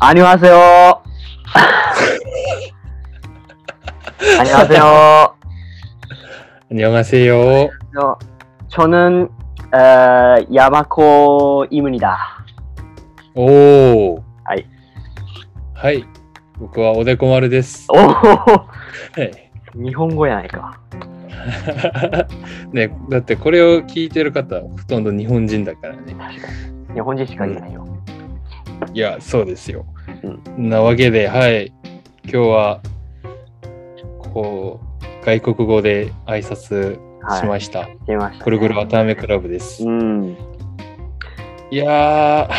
アニハセヨ アニハセヨ 안녕하세요. 저- 저는 어, 야마코입니다. 오.はい。はい。僕はおでこ丸 です。 오,はい。 일본어야 이거.ね、だってこれを聞いてる方、ほとんど日本人だからね。 일본인밖에 아니에요.いや、そうですよ。うんなわけで、はい。今日は、こう、外国語で挨拶しました。これぐる 재밌었어요.わたあめクラブです。 음,いやー、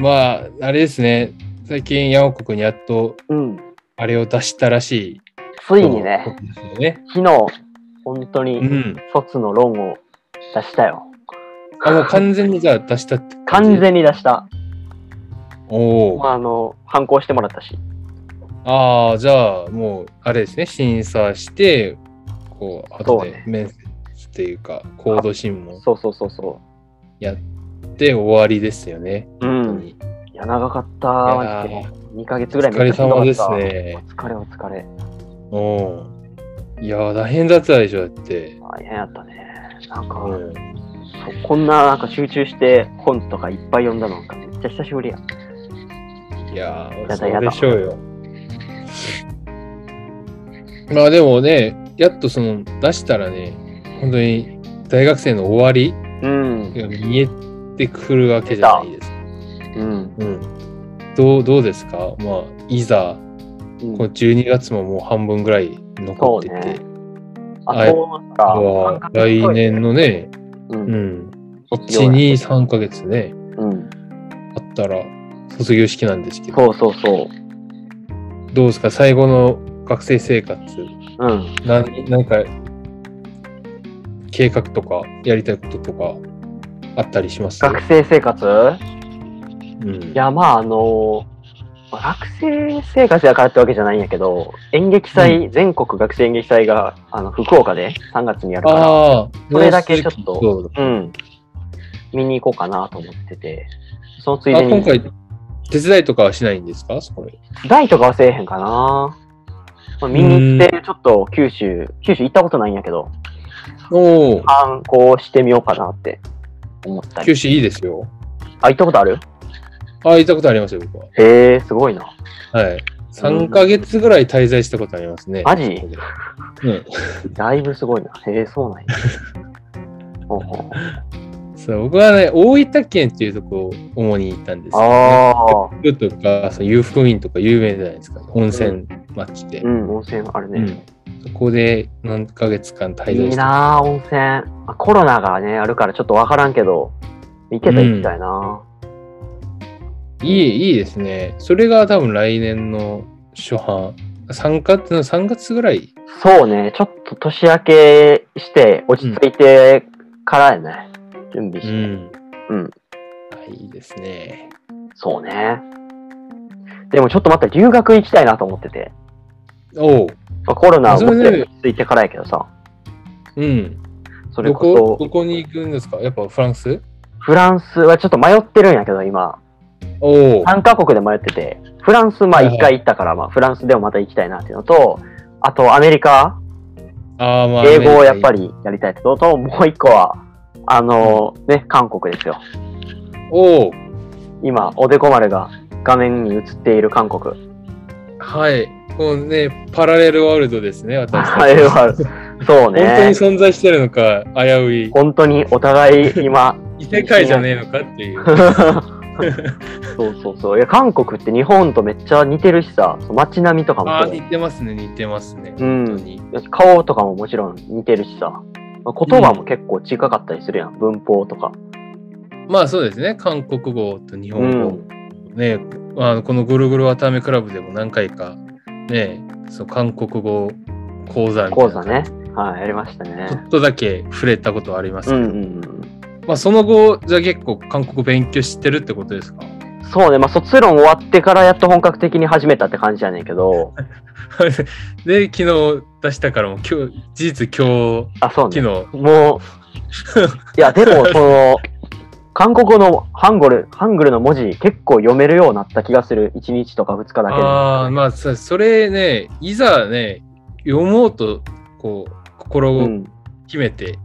まあ、あれですね。最近、ヤオコにやっと、 음,あれを出したらしい。ついにね、そうですよね。昨日、う本当に、ん。卒の論を出したよ。あ、もう完全にじゃあ出したって感じ。完全に出した。おお。まあ、あの、反抗してもらったし。ああ、じゃあ、もう、あれですね。審査して、こう、後そうねで面接っていうか、コード審問そうそうそうそやって終わりですよね。う。う本当ん。にいや、長かった。いやマジでー2ヶ月ぐらいお疲れ様ですめっちねゃ。ひどかった。お疲れお疲れ。おん。いやー、大変だったでしょ、だって。大変やったね。なんか、うん。そうこんななんか集中して本とかいっぱい読んだのなんかめっちゃ久しぶりや。いやー、やだそやうだでしょうよ。まあでもね、やっとその出したらね、本当に大学生の終わりうん。が見えてくるわけじゃないですか。うん。うん、どうどうですかまあ、いざ、うんこう12月ももう半分ぐらい残ってそうて、ねあ、そうなんかあとは感覚す来ごいね年のね、う。うんん、1、2、3ヶ月ね、うん。あったら卒業式なんですけど、そうそうそう。どうですか最後の学生生活。うん。何なんか計画とかやりたいこととかあったりします学生生活うん、いや、まあ、あの、学生生活だからってわけじゃないんやけど、演劇祭、全国学生演劇祭があの福岡で3月にやるかああ、それだけちょっとそうだら、うん。見に行こうかなと思ってて、そのついあで今に、回、手伝いとかはしないんですかそこで台とかはせえへんかな。まあ、見に行って、ちょっと九州、九州行ったことないんやけど、おお、観光してみようかなって思ったり。九州いいですよ。あ、行ったことあるああ、行ったことありますよ、僕は。へえ、すごいな。はい。3ヶ月ぐらい滞在したことありますね。マジそこでうん。だいぶすごいな。へえ、そう なんや。ほうほうそう僕はね、大分県っていうとこ主に行ったんですよ、ね。ああ、湯とか、そう遊福院とか有名じゃないですか。温泉町で。うん、温泉あるね。うん、そこで何ヶ月間滞在していいなあ温泉あコロナがねあるからちょっとわからんけど行けたら行きたいな、いいいいですねそれが多分来年の初版3月の3月ぐらいそうねちょっと年明けして落ち着いてからやね、準備うして、ん、うんあいいですねそうねでもちょっとまた留学行きたいなと思ってて、おうまあ、コロナをそれもねって落ち着いてからやけどさうんそれどここそどこに行くんですかやっぱフランスフランスはちょっと迷ってるんやけど今おお3カ国で迷っててフランスまあはいはい1回行ったから、まあ、フランスでもまた行きたいなっていうのとあとアメリカあーまあ英語をやっぱりりやりたいってのと、もう一個は、あのーね、韓国ですよ。おお今、おでこ丸が画面に映っている韓国。はいもうねパラレルワールドですね 私たちはいはいそう本当にね。存在してるのか危うい本当にお互い 今、異世界じゃねえのかって いうそうそうそう。いや、韓国って日本とめっちゃ似てるしさ、そう街並みとかもああそう似てますね似てますねう本当ん。に、顔とかももちろん似てるしさ、まあ言葉も結構近かったりするやん、文法とか。まあそうですね、韓国語と日う本語、ん。ねあのこのぐるぐるわたあめクラブでも何回か、ね、そう韓国語講座みたい講な座ね。はい、やりましたねちょ。っとだけ触れたことありますうけど、んうんうん。まあ、その後、じゃあ結構韓国語勉強してるってことですか そうね、まあ、卒論終わってからやっと本格的に始めたって感じやねんけ ど、で、昨日出したからもう今日、事実今日、あ、そう昨ね。日、もう、いや、でも、その、韓国語のハングル、ハングルの文字結構読めるようになった気がする。1日とか2日だけで。 ああ、まあそ、それね、いざね、読もうと、こう、心うをん。決めて、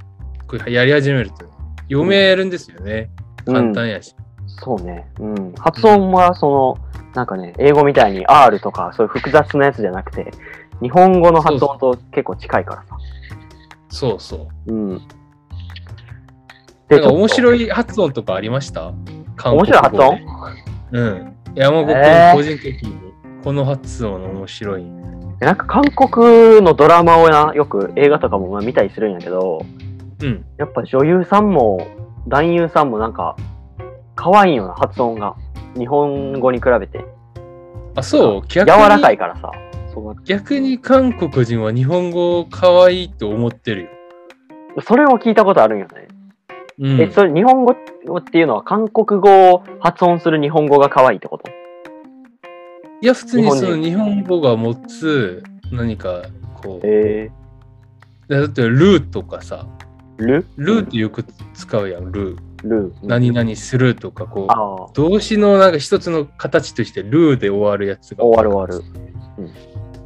こうやり始めると、読めるんですよね。うん簡単やし。そうね。うん。発音はその、なんかね、英語みたいに R とかそういう複雑なやつじゃなくて、日本語の発音と結構近いからさ。そうそう。うん。なんか面い。白い発音とかありました韓面国白い発語で音うん。いや、もう僕、えー個人的に、この発音面白い。なんか韓国のドラマをな、よく映画とかもまあ見たりするんやけど、うん。やっぱ女優さんも男優さんもなんか可愛いよな発音が日本語に比べてあ、そう、柔逆にらかいからさそう逆に韓国人は日本語を可愛いと思ってるよ。それを聞いたことあるんよね、うん、えそれ日本語っていうのは韓国語を発音する日本語が可愛いってこといや、普通にそ日の本人日本語が持つ何かこう、えだってルーとかさ、ー、ルルーってよく使うやん、ルー。ル何々するとか、こああう、動詞のなんか一つの形としてルーで終わるやつが。終わる終わる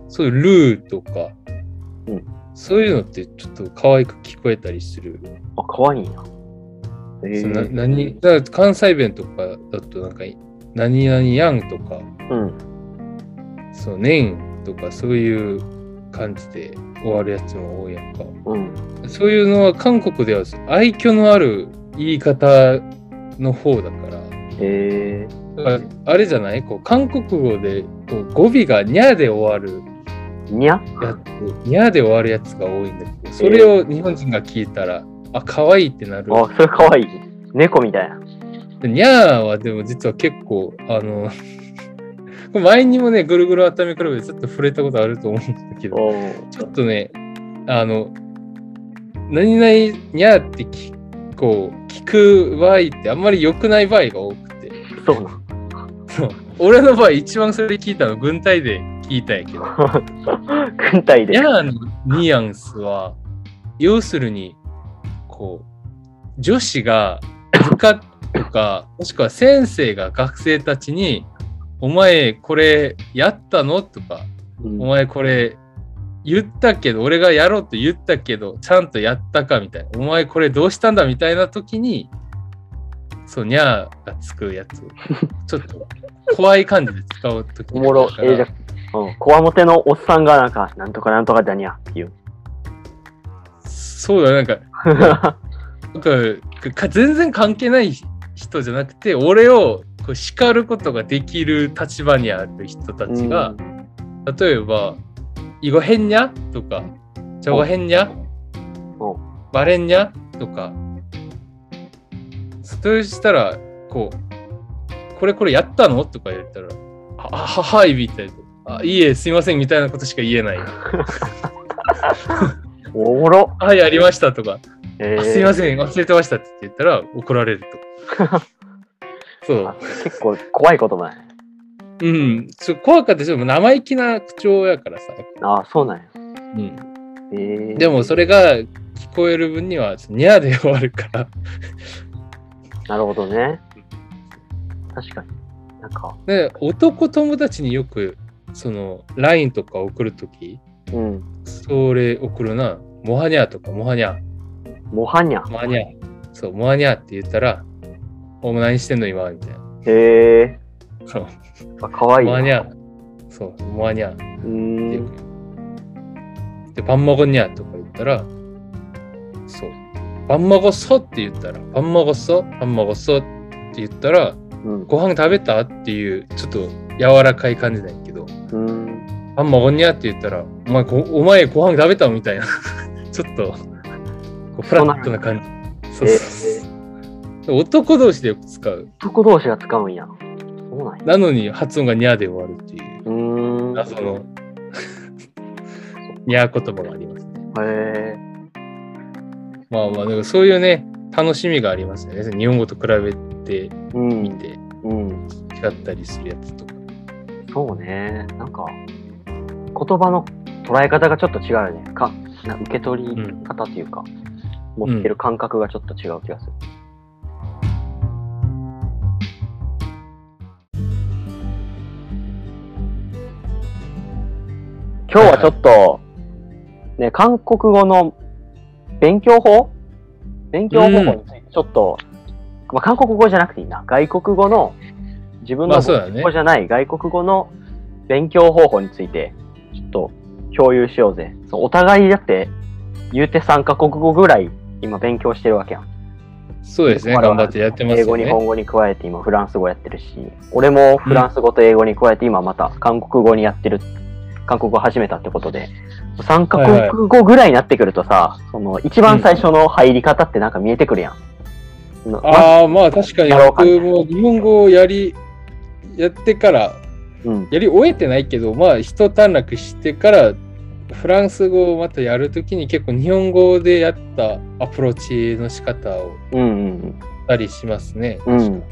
そういうルーとか、うんそういうのってちょっと可愛く聞こえたりする。あ可愛いなえそのなー、何だから関西弁とかだとなんか、何々やんとか、うんその年とかそういう感じで終わるやつも多いやんか。うんそういうのは韓国では愛嬌のある言い方の方だから。えー、だからあれじゃないこう韓国語でこう語尾がにゃで終わるにゃやつ、にゃで終わるやつが多いんだけど、それを日本人が聞いたら、あ、可愛いってなる。あそれ可愛い猫みたいなにゃーはでも実は結構、あの、 これ前にもね、ぐるぐる熱海クラブでちょっと触れたことあると思うんだけど、おーちょっとね、あの、何々にゃーってきこう聞く場合ってあんまり良くない場合が多くて、そうな そう俺の場合一番それ聞いたの軍隊で聞いたんやけど、軍隊でにゃーのニュアンスは、要するに、こう、女子が部下とか、 もしくは先生が学生たちに、お前これやったのとか、うんお前これ言ったけど、俺がやろうって言ったけど、ちゃんとやったかみたいな。お前これどうしたんだみたいな時に、そう、にゃーがつくや つを、ちょっと怖い感じで使う時おもろだ、かえらー、じゃあ、うん、こわもてのおっさんがなんか、なんとかなんとかだにゃっていう。そうだ、なんか、なんかか全然関係ない人じゃなくて、俺をこう叱ることができる立場にある人たちが、例えば、いごへんにゃとか、じゃごへんにゃおバレンニャとか、そうしたら、こう、これこれやったのとか言ったら、あ、は、はい、みたいな。あ、いいえ、すいません、みたいなことしか言えない。うんおもろ、あ、やりましたとか、えあすいませせん、忘れてましたって言ったら怒られる と。そう。ん。結構怖い言葉やね。うん。ちょ怖かったし、でも生意気な口調やからさ。ああ、そうなんや。うん。えー、でもそれが聞こえる分には、ニャーで終わるから。なるほどね。確かに。なんか、で、男友達によく、その、LINE とか送るとき、うん。それ送るな。モハニャーとか、モハニャー、もはにゃ。モハニャー。そう、モハニャーって言ったら、お前何してんの今みたいな。へえそう、ー。あ、かわいいモな。ハニうャー。そう、モハニャー。ーん。で、パンマゴニャとか言ったら、そう。パンマゴソって言ったら、パンマゴソ、パンマゴソって言ったら、うん。ご飯食べたっていう、ちょっと柔らかい感じなんやけど、うん。パンマゴニャって言ったら、お前、ごお前ご飯食べたみたいな、 ちょっと、こうフラットな感じ。そうそうそう男同士でよく使う。男同士が使うんや。そうなんや。なのに発音がニャで終わるっていう、うーん。謎の ニャ言葉があります。へえまあまあ、だからそういうね、楽しみがありますよね。日本語と比べてー。うみん。て、うん。違ったりするやつとか。そうね。なんか、言葉の捉え方がちょっと違うよね。か、な受け取りうん方というか、持ってる感覚がちょっと違う気がする。今日はちょっと、ね、韓国語の勉強法勉強方法についてちょっと、まあ、韓国語じゃなくていいな。外国語の、自分まのあそうだね母国語じゃない外国語の勉強方法について、ちょっと共有しようぜ。そうお互いだって、言うて3カ国語ぐらい今勉強してるわけやん。そうですね、ここま頑は張ってやってます英よ語、日ね。本語に加えて今フランス語やってるし、俺もフランス語と英語に加えて今また韓国語にやってる、韓国語始めたってことで、3カ国語ぐらいになってくるとさ、その一番最初の入り方ってなんか見えてくるやん。なまああ、まあ確かにやろうか僕も日本語をやり、やってから、うん、やり終えてないけど、まあ一段落してから、フランス語をまたやるときに結構日本語でやったアプローチの仕方をうん、したりしますね。うん、うん。うん。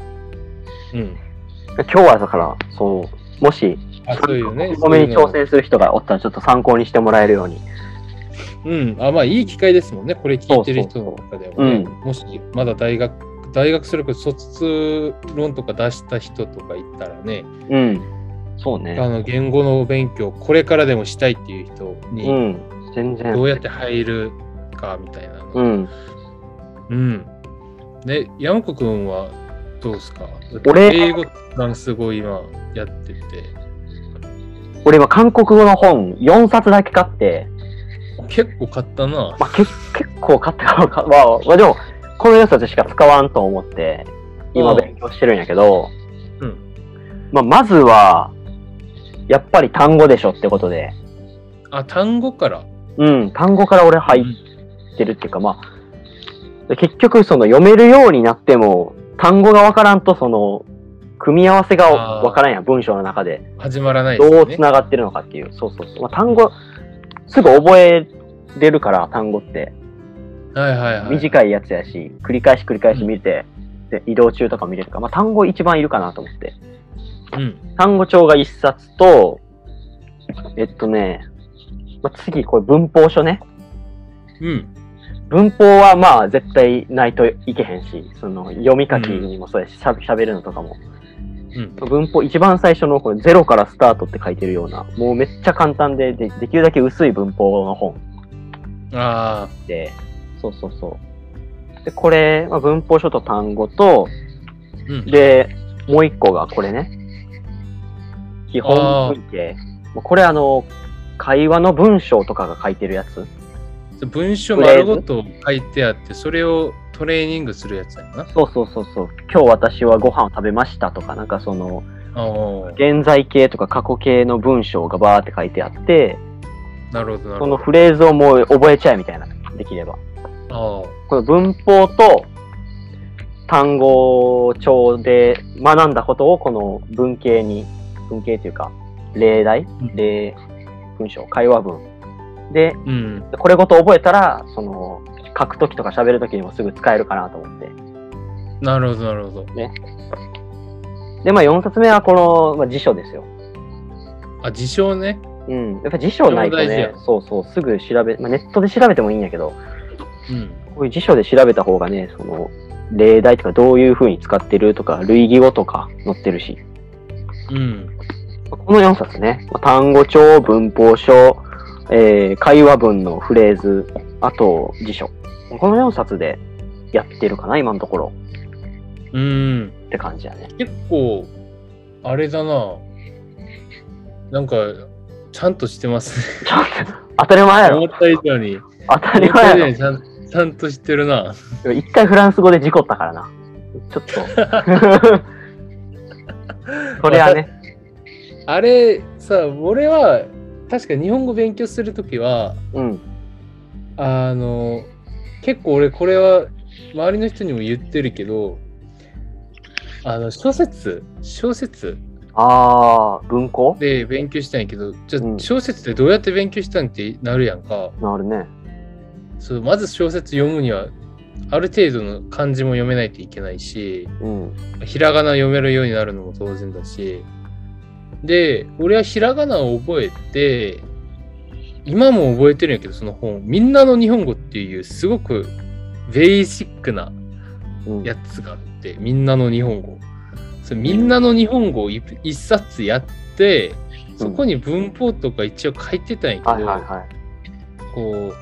今日はだから、そう、もし、あ、そういうね。ごめんにそういうの挑戦する人がおったらちょっと参考にしてもらえるように。うん、あまあいい機会ですもんね、これ聞いてる人の中ではね。そうもしまだ大学、大学それこそ卒論とか出した人とかいったらね、うん。そうね。あの言語の勉強、これからでもしたいっていう人うに、ん。全ど然。うやって入るかみたいなの。うん。うん。ね、山子くんはどうですか俺英語、フランス語今やってて。俺は韓国語の本4冊だけ買って、結構買ったな。まあ、け結構買ったかどうかは、まあ、でも、この良さでしか使わんと思って、今うん勉強してるんやけど、うんまあ、まずは、やっぱり単語でしょってことで、あ、単語から。うん、単語から俺入ってるっていうか、まあ、結局その読めるようになっても、単語がわからんと、その、組み合わせがあーわからんやん、文章の中で。始まらないですどようねつ。ながってるのかっていう。そうそうそう。まあ、単語、すぐ覚えれるから、単語って。はいはいはい。短いやつやし、繰り返し繰り返し見て、で移動中とか見れるから、まあ、単語一番いるかなと思って。うん。単語帳が一冊と、えっとね、まあ、次、これ文法書ね。うん。文法はまあ絶対ないといけへんし、その読み書きにもそうやし、しゃ喋るのとかも。うん。文法、一番最初のこれゼロからスタートって書いてるような、もうめっちゃ簡単で、でできるだけ薄い文法の本。あで、そうそうそう。で、これ、まあ、文法書と単語と、あ、うん、で、もう一個がこれね。基本文系。もうこれあの、会話の文章とかが書いてるやつ。文章丸ごと書いてあって、それをトレーニングするやつやな。そうそうそうそう。今日私はご飯を食べましたとか、なんかその、ああ、現在形とか過去形の文章がバーって書いてあって、なるほど、なるそほのフレーズをもう覚えちゃえみたいな、できれば。ど。この文法と単語帳で学んだことをこの文系に、文系というか、例題ん例文章、会話文。で、ああ、うん。これごと覚えたら、その、書くときとか喋るときにもすぐ使えるかなと思って。なるほど、なるほど。で、まあ4冊目はこの、まあ、辞書ですよ。あ、自称ね。うん。やっぱ辞書ないと辞書大ね事、そうそう、すぐ調べ、まあ、ネットで調べてもいいんやけど、うん。こういう辞書で調べた方がね、その、例題とかどういうふうに使ってるとか、類義語とか載ってるし。うん。この4冊ね、まあ単語帳、文法書、えー会話文のフレーズ、あと辞書。この4冊でやってるかな、今のところうん。って感じだね。結構、あれだな。なんか、ちゃんとしてますね。ちょっと、当たり前や思ろ。った以上に。当た思りった前以や上ろにちゃんちゃんとしてるな。。でも一回フランス語で事故ったからな。ちょっと。 それはね。あれ、さ、俺は、確か日本語勉強するときは、うん。あの結構俺これは周りの人にも言ってるけどあの小説小説あー、文庫で勉強したんやけどじゃあうん小説ってどうやって勉強したんってなるやんか、なるね。そうまず小説読むにはある程度の漢字も読めないといけないしうん。ひらがな読めるようになるのも当然だしで俺はひらがなを覚えて今も覚えてるんやけどその本「みんなの日本語」っていうすごくベーシックなうん、やつがあって、みんなの日本語。それみんなの日本語を一一冊やって、そこに文法とか一応書いてたんやけど、はいはいはい。こ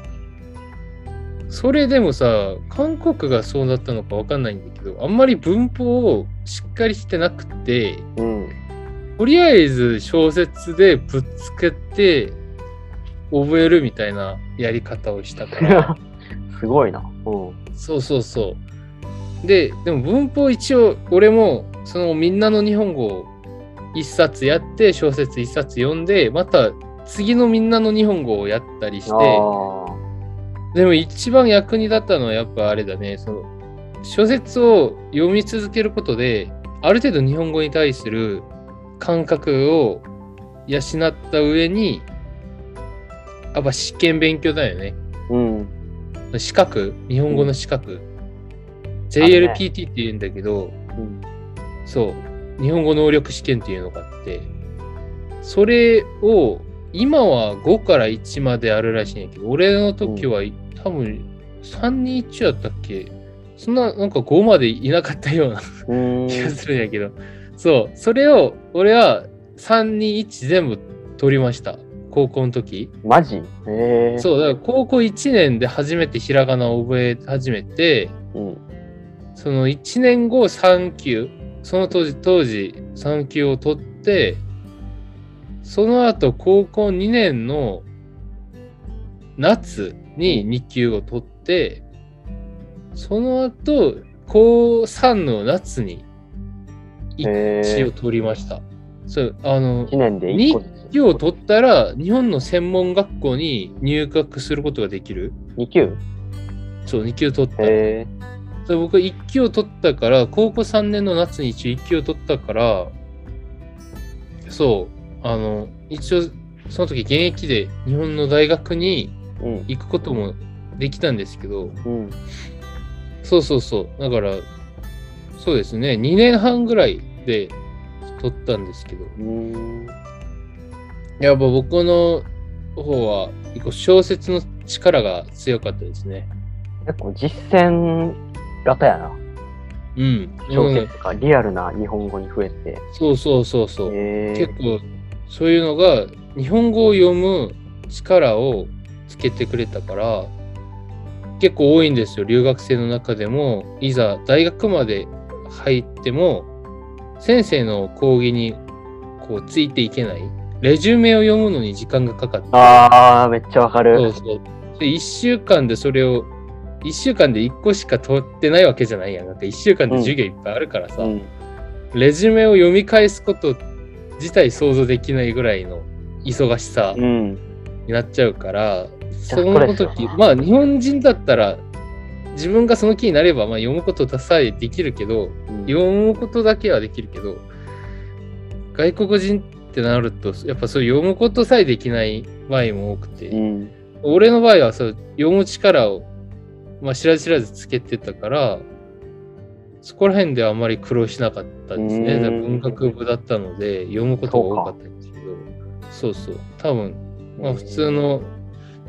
うそれでもさ韓国がそうなったのかわかんないんだけどあんまり文法をしっかりしてなくてうん。とりあえず小説でぶっつけて覚えるみたいなやり方をしたからすごいな。うん。そうそうそうででも文法一応俺もそのみんなの日本語を一冊やって小説一冊読んでまた次のみんなの日本語をやったりしてあーでも一番役に立ったのはやっぱあれだね、その小説を読み続けることで、ある程度日本語に対する感覚を養った上に、やっぱ試験勉強だよね。うん。資格、日本語の資格。JLPT って言うんだけど、うんそう、日本語能力試験っていうのがあって、それを今は5から1まであるらしいんやけど、俺の時は多分3に1やったっけそんな、なんか5までいなかったようなうーん気がするんやけど、そう、それを俺は3に1全部取りました。高校の時。マジええ。そう、だから高校1年で初めてひらがなを覚え始めて、うん。その1年後3級その当時当時3級を取ってその後高校2年の夏に2級を取ってその後高3の夏にえ1をえ。取りました。そうあの1年で1個ずつ。 2級を取ったら日本の専門学校に入学することができる。 2級そう2級取ったら。ええ。で僕1級を取ったから高校3年の夏に一応1級を取ったからそうあの一応その時現役で日本の大学にうん。行くこともできたんですけどうん。そうそうそうだからそうですね2年半ぐらいで取ったんですけどうーん。やっぱ僕の方は結構小説の力が強かったですね結構実践型やな。うん小説とかリアルな日本語に増えて。そうそうそうそうええ結。構そういうのが日本語を読む力をつけてくれたから結構多いんですよ留学生の中でもいざ大学まで入っても先生の講義にこうついていけないレジュメを読むのに時間がかかってああ、めっちゃわかそうる。そうで1週間でそれを1週間で1個しか取ってないわけじゃないやんだって1週間で授業いっぱいあるからさ、うん。レジュメを読み返すこと自体想像できないぐらいの忙しさうん。になっちゃうから、ゃそあこれのですよ時まあ日本人だったら自分がその気になれば、まあ、読むことださえできるけうどん読むことだけはできるけど外国人ってなるとやっぱそういう読むことさえできない場合も多くて、うん。俺の場合はそう読む力を、まあ、知らず知らずつけてたからそこら辺ではあんまり苦労しなかったですねうーんだから文学部だったので読むことが多かったんですけどそうそう多分、まあ、普通の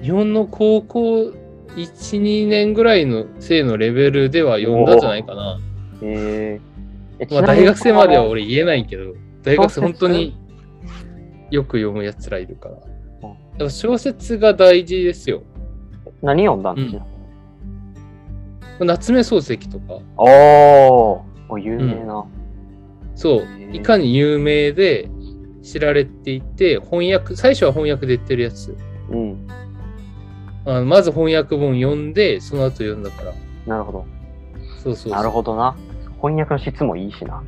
日本の高校12年ぐらいの生のレベルでは読んだんじゃないかな、えーえちまあ、なみに大学生まではこ俺言えないけど大学生小本説当によく読むやつらいるから。だから小説が大事ですよ。の何読んだんうでんすか、夏目漱石とかおーお有名な、そうへーいかに有名で知られていて翻訳最初は翻訳で言ってるやつうんあのまず翻訳本読んでその後読んだからなるほどそうそうそうなるほどな翻訳の質もいいしな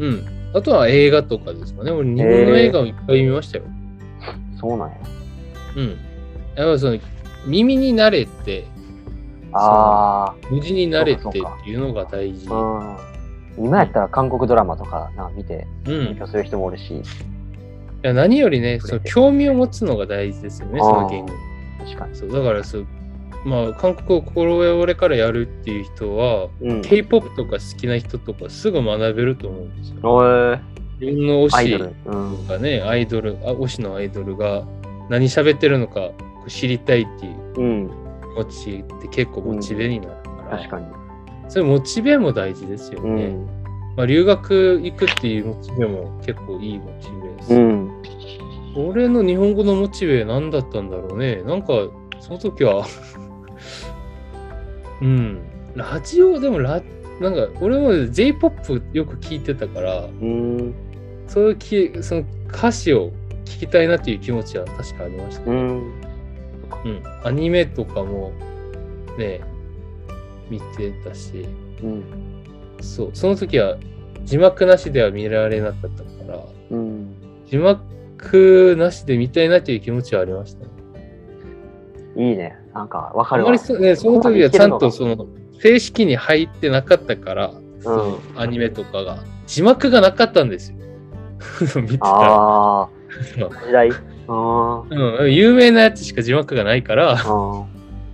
うん、あとは映画とかですかね俺日本の映画をいっぱい見ましたよ、そうなんやうんやっぱその耳に慣れてあ無事に慣れてそっうてかそうかいうのが大事うあうん今やったら韓国ドラマとかな見てん勉い強する人もおるし、や何よりねその興味を持つのが大事ですよねあーその言語確かにそうだからそうまあ韓国を心折れからやるっていう人はうん K-POP とか好きな人とかすぐ学べると思うんですよ。おー自分のア推イドしルうんがね、アイドル、あ推しのアイドルが何喋ってるのか知りたいっていううん気持ちって結構モチベになるから、確かにそれモチベも大事ですようね。んまあ、留学行くっていうモチベも結構いいモチベです。うん俺の日本語のモチベ何だったんだろうね。なんか、その時はうん。ラジオ、でもラ、なんか、俺も J-POP よく聞いてたから、うん。そういうき、その歌詞を聞きたいなっていう気持ちは確かありました。うん。うん。アニメとかも、ね、見てたし、うん。そう。その時は、字幕なしでは見られなかったから、うん。字幕なしで見たいなっていう気持ちはありましたね。いいね。なんか、わかあんるまわり。そ,、ね、その時はちゃんとその正式に入ってなかったから、そのアニメとかが字幕がなかったんですよ。 見てたら、ああ、 時代。あうん、有名なやつしか字幕がないからあ。あ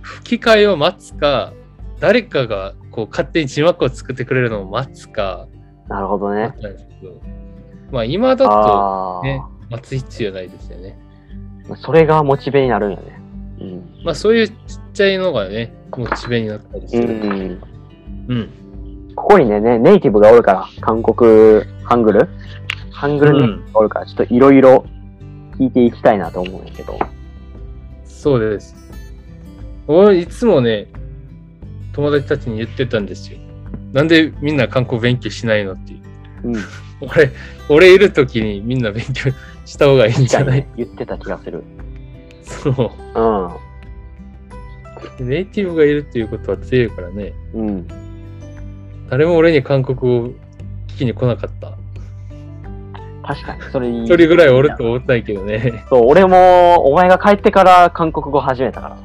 吹き替えを待つか誰かがこう勝手に字幕を作ってくれるのを待つかあ。なるほどだっね。たんですけどまあ今だとあね待つ必要ないですよね。あ。それがモチベになるんよね。うん。まあそういうちっちゃいのがねモチベになったりすうる。ん。うんここにねね、ネイティブがおるから、韓国、ハングルハングルネイティブがおるから、ちょっといろいろ聞いていきたいなと思うんやけど。そうです。俺、いつもね、友達たちに言ってたんですよ。なんでみんな観光勉強しないのっていう。うん。俺、俺いる時にみんな勉強した方がいいんじゃない言ってた気がする。 そうう。ネイティブがいるっていうことは強いからね。ん。うん。誰も俺に韓国語を聞きに来なかった。確かに、それいい。一人ぐらいおると思ったんやけどね。 そう、俺も、お前が帰ってから韓国語始めたか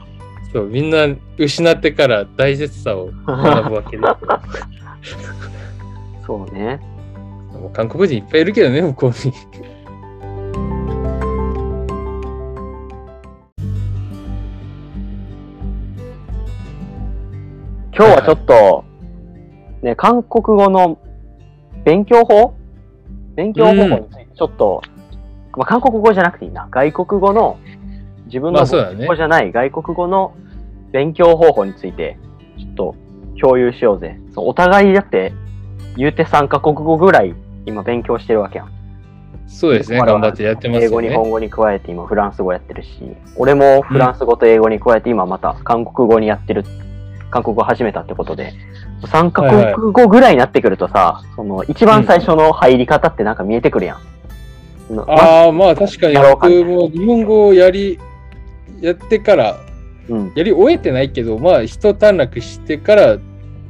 そう、みんな失ってから大切さを学ら。ぶわ けで。そうね。もう韓国人いっぱいいるけどね、向こ うに。今日はちょっと、ね、韓国語の勉強法勉強方法についてちょっと、まあ、韓国語じゃなくていいな。外国語の、自分のまあそう母だ国ね語じゃない外国語の勉強方法について、ちょっと共有しようぜ。そうお互いだって、言うて3カ国語ぐらい今勉強してるわけやん。そうですね、ここからは頑張ってやってますよね。英語、日本語に加えて今フランス語やってるし、俺もフランス語と英語に加えて今また韓国語にやってる、韓国語始めたってことで、3カ国語ぐらいになってくるとさ、その一番最初の入り方ってなんか見えてくるやん。なまああ、まあ確かにやろうか僕も日本語をやり、やってから、うん、やり終えてないけど、まあ一段落してから、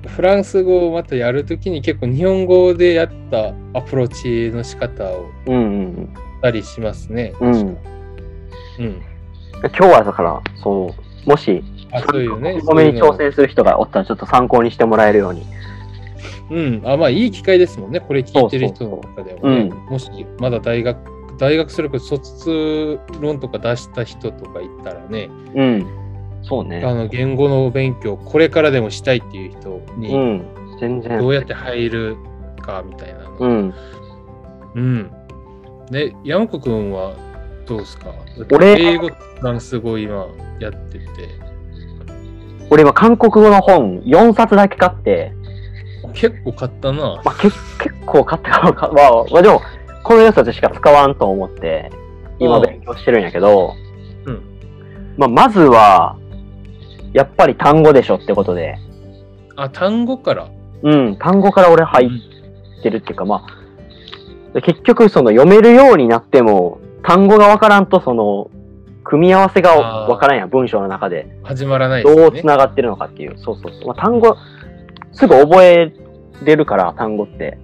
フランス語をまたやるときに結構日本語でやったアプローチの仕方をうん、うんしたりしますね。うん、うん。うん。今日はだから、そう、もし、あ、そういうね。ごめんに挑そういう戦する人がおったらちょっと参考にしてもらえるように。のうん。あ、まあいい機会ですもんね。これ聞いてる人の中でもね。そうもしまだ大学、大学それこそ卒論とか出した人とかいたらね、うん。そうね。あの言語の勉強これからでもしたいっていう人うにん。全ど然。うやって入るかみたいなの、ううんん。で山子くんはどうですか俺英語とフランス語今やってて俺今韓国語の本4冊だけ買って、結構買ったなまあ、け結構買ったかか、 まあ、まあでも、この良さでしか使わんと思って、今うん勉強してるんやけど、うんまあ、まずは、やっぱり単語でしょってことで、あ単語からうん、単語から俺入ってるっていうか、まあ、結局その読めるようになっても、単語がわからんと、その、組み合わせがあーわからんやん、文章の中で。始まらないですどようねつながってるのかっていう。そうそうそう。まあ、単語、すぐ覚えれるから、単語って。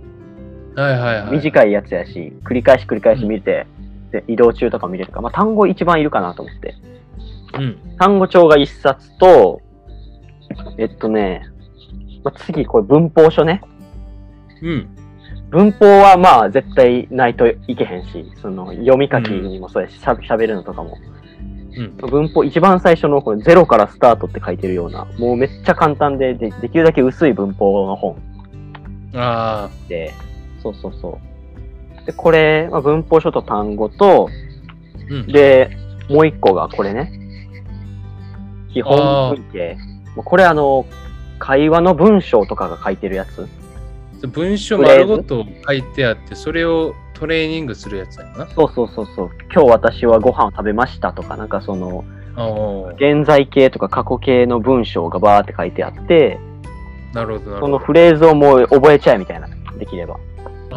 はいはいはい短いやつやし、繰り返し繰り返し見て、で移動中とか見れるから、まあ、単語一番いるかなと思って。うん単語帳が一冊と、えっとね、まあ、次、これ文法書ね。うん文法はまあ絶対ないといけへんし、その読み書きにもそうやし、しゃべるのとかも。うん文法、一番最初のこれゼロからスタートって書いてるような、もうめっちゃ簡単で、でできるだけ薄い文法の本ああで、そうそうそう。で、これ、まあ、文法書と単語と、うんで、もう一個がこれね。基本文系。もうこれあの、会話の文章とかが書いてるやつ。文章丸ごと書いてあってそれをトレーニングするやつやな。そうそうそうそう。今日私はご飯を食べましたとか、なんかその、ああ、現在形とか過去形の文章がバーって書いてあって、なるほど、なるそほのど。フレーズをもう覚えちゃえみたいな、できれば。あ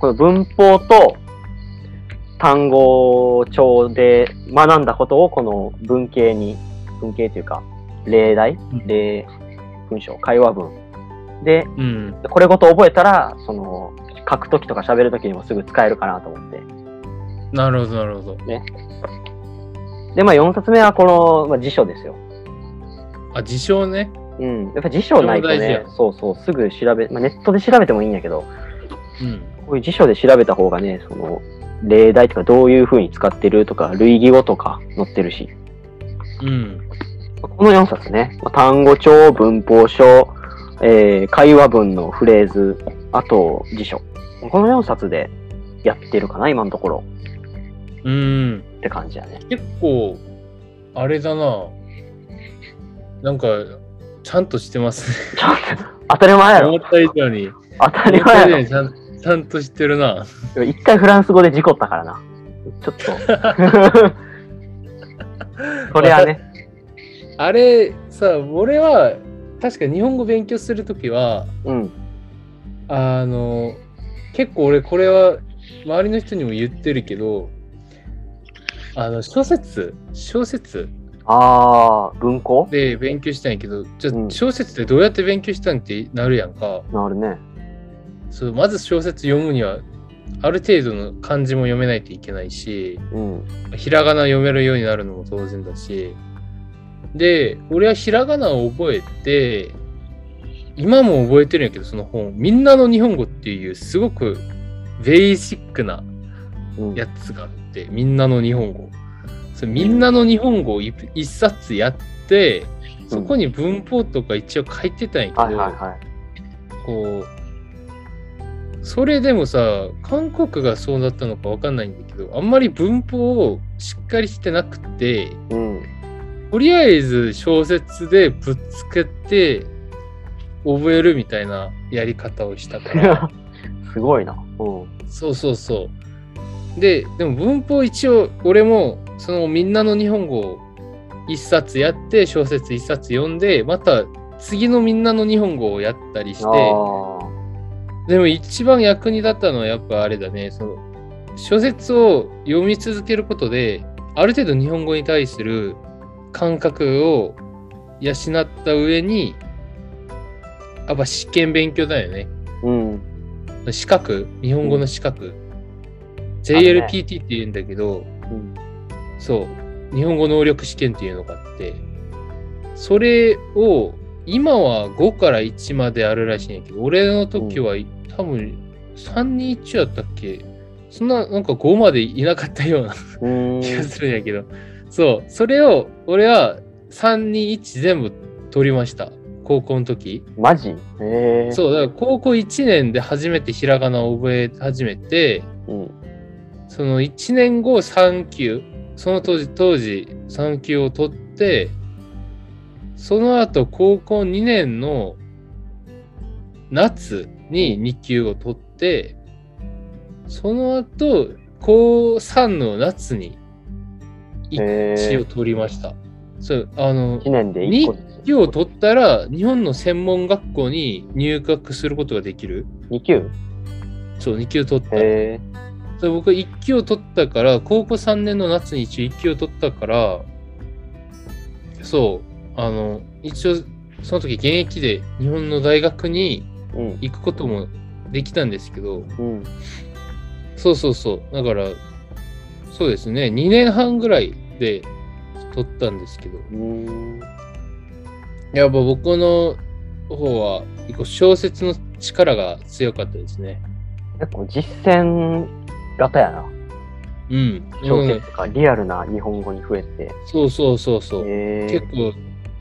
この文法と単語帳で学んだことをこの文系に、文系というか、例題うん例文章、会話文。で、あ、うん。これごと覚えたら、その、書くときとか喋るときにもすぐ使えるかなと思って。なるほど、なるほど。で、まあ4冊目はこの、まあ、辞書ですよ。あ、自称ね。うん。やっぱ辞書ないと辞書大ね事や、そうそう、すぐ調べ、まあ、ネットで調べてもいいんやけど、うん。こういう辞書で調べた方がね、その、例題とかどういうふうに使ってるとか、類義語とか載ってるし。うん。この4冊ね、まあ単語帳、文法書、えー会話文のフレーズ、あと辞書。この4冊でやってるかな、今のところうん。って感じだね。結構あれだななんかちゃんとしてますちょっと、当たり前やねろ。思った以上に当た思りった以上前やにちゃんちゃんとしてるなろ。一回フランス語で事故ったからな。ち ょっと。それはね。あれさ俺は確か日本語勉強する時はうん。あの結構俺これは周りの人にも言ってるけどあの小説小説あー、文庫で勉強したんやけどじゃあうん小説ってどうやって勉強したんってなるやんか、なるね。そうまず小説読むにはある程度の漢字も読めないといけないしうん。ひらがな読めるようになるのも当然だしで俺はひらがなを覚えて今も覚えてるんやけどその本「みんなの日本語」っていうすごくベーシックなうん、やつがあって「みんなの日本語」それみんなの日本語を一一冊やってそこに文法とか一応書いてたんやけど、はいはいはい。こうそれでもさ韓国がそうだったのかわかんないんだけどあんまり文法をしっかりしてなくて うん。とりあえず小説でぶっつけて覚えるみたいなやり方をしたから すごいな。うん。そうそうそうででも文法一応俺もそのみんなの日本語を一冊やって小説一冊読んでまた次のみんなの日本語をやったりしてあーでも一番役に立ったのはやっぱあれだね、その小説を読み続けることで、ある程度日本語に対する感覚を養った上に、やっぱ試験勉強だよね。うん。資格、日本語の資格。JLPT って言うんだけど、うん。そう、日本語能力試験っていうのがあって、それを今は5から1まであるらしいんやけど、俺の時は多分3人1やったっけそんな、なんか5までいなかったようなうーん気がするんやけど、そう、それを俺は3、2、1全部取りました。高校の時。マジえー。そう、だから高校1年で初めてひらがなを覚え始めて、うん。その1年後3級その当時当時3級を取ってその後高校2年の夏に2級を取ってその後高3の夏にえ1ー。を取りました。そうあの1年で1個ずつ。 2級を取ったら日本の専門学校に入学することができる。 2級そう2級取ったら。へえで僕1級を取ったから高校3年の夏に一応1級を取ったからそうあの一応その時現役で日本の大学にうん行くこともできたんですけどうんそうそうそうだからそうですね2年半ぐらいで取ったんですけどうんやっぱ僕の方は結構小説の力が強かったですね結構実践型やなうん小説とかリアルな日本語に増えてそうそうそうそうへえ結構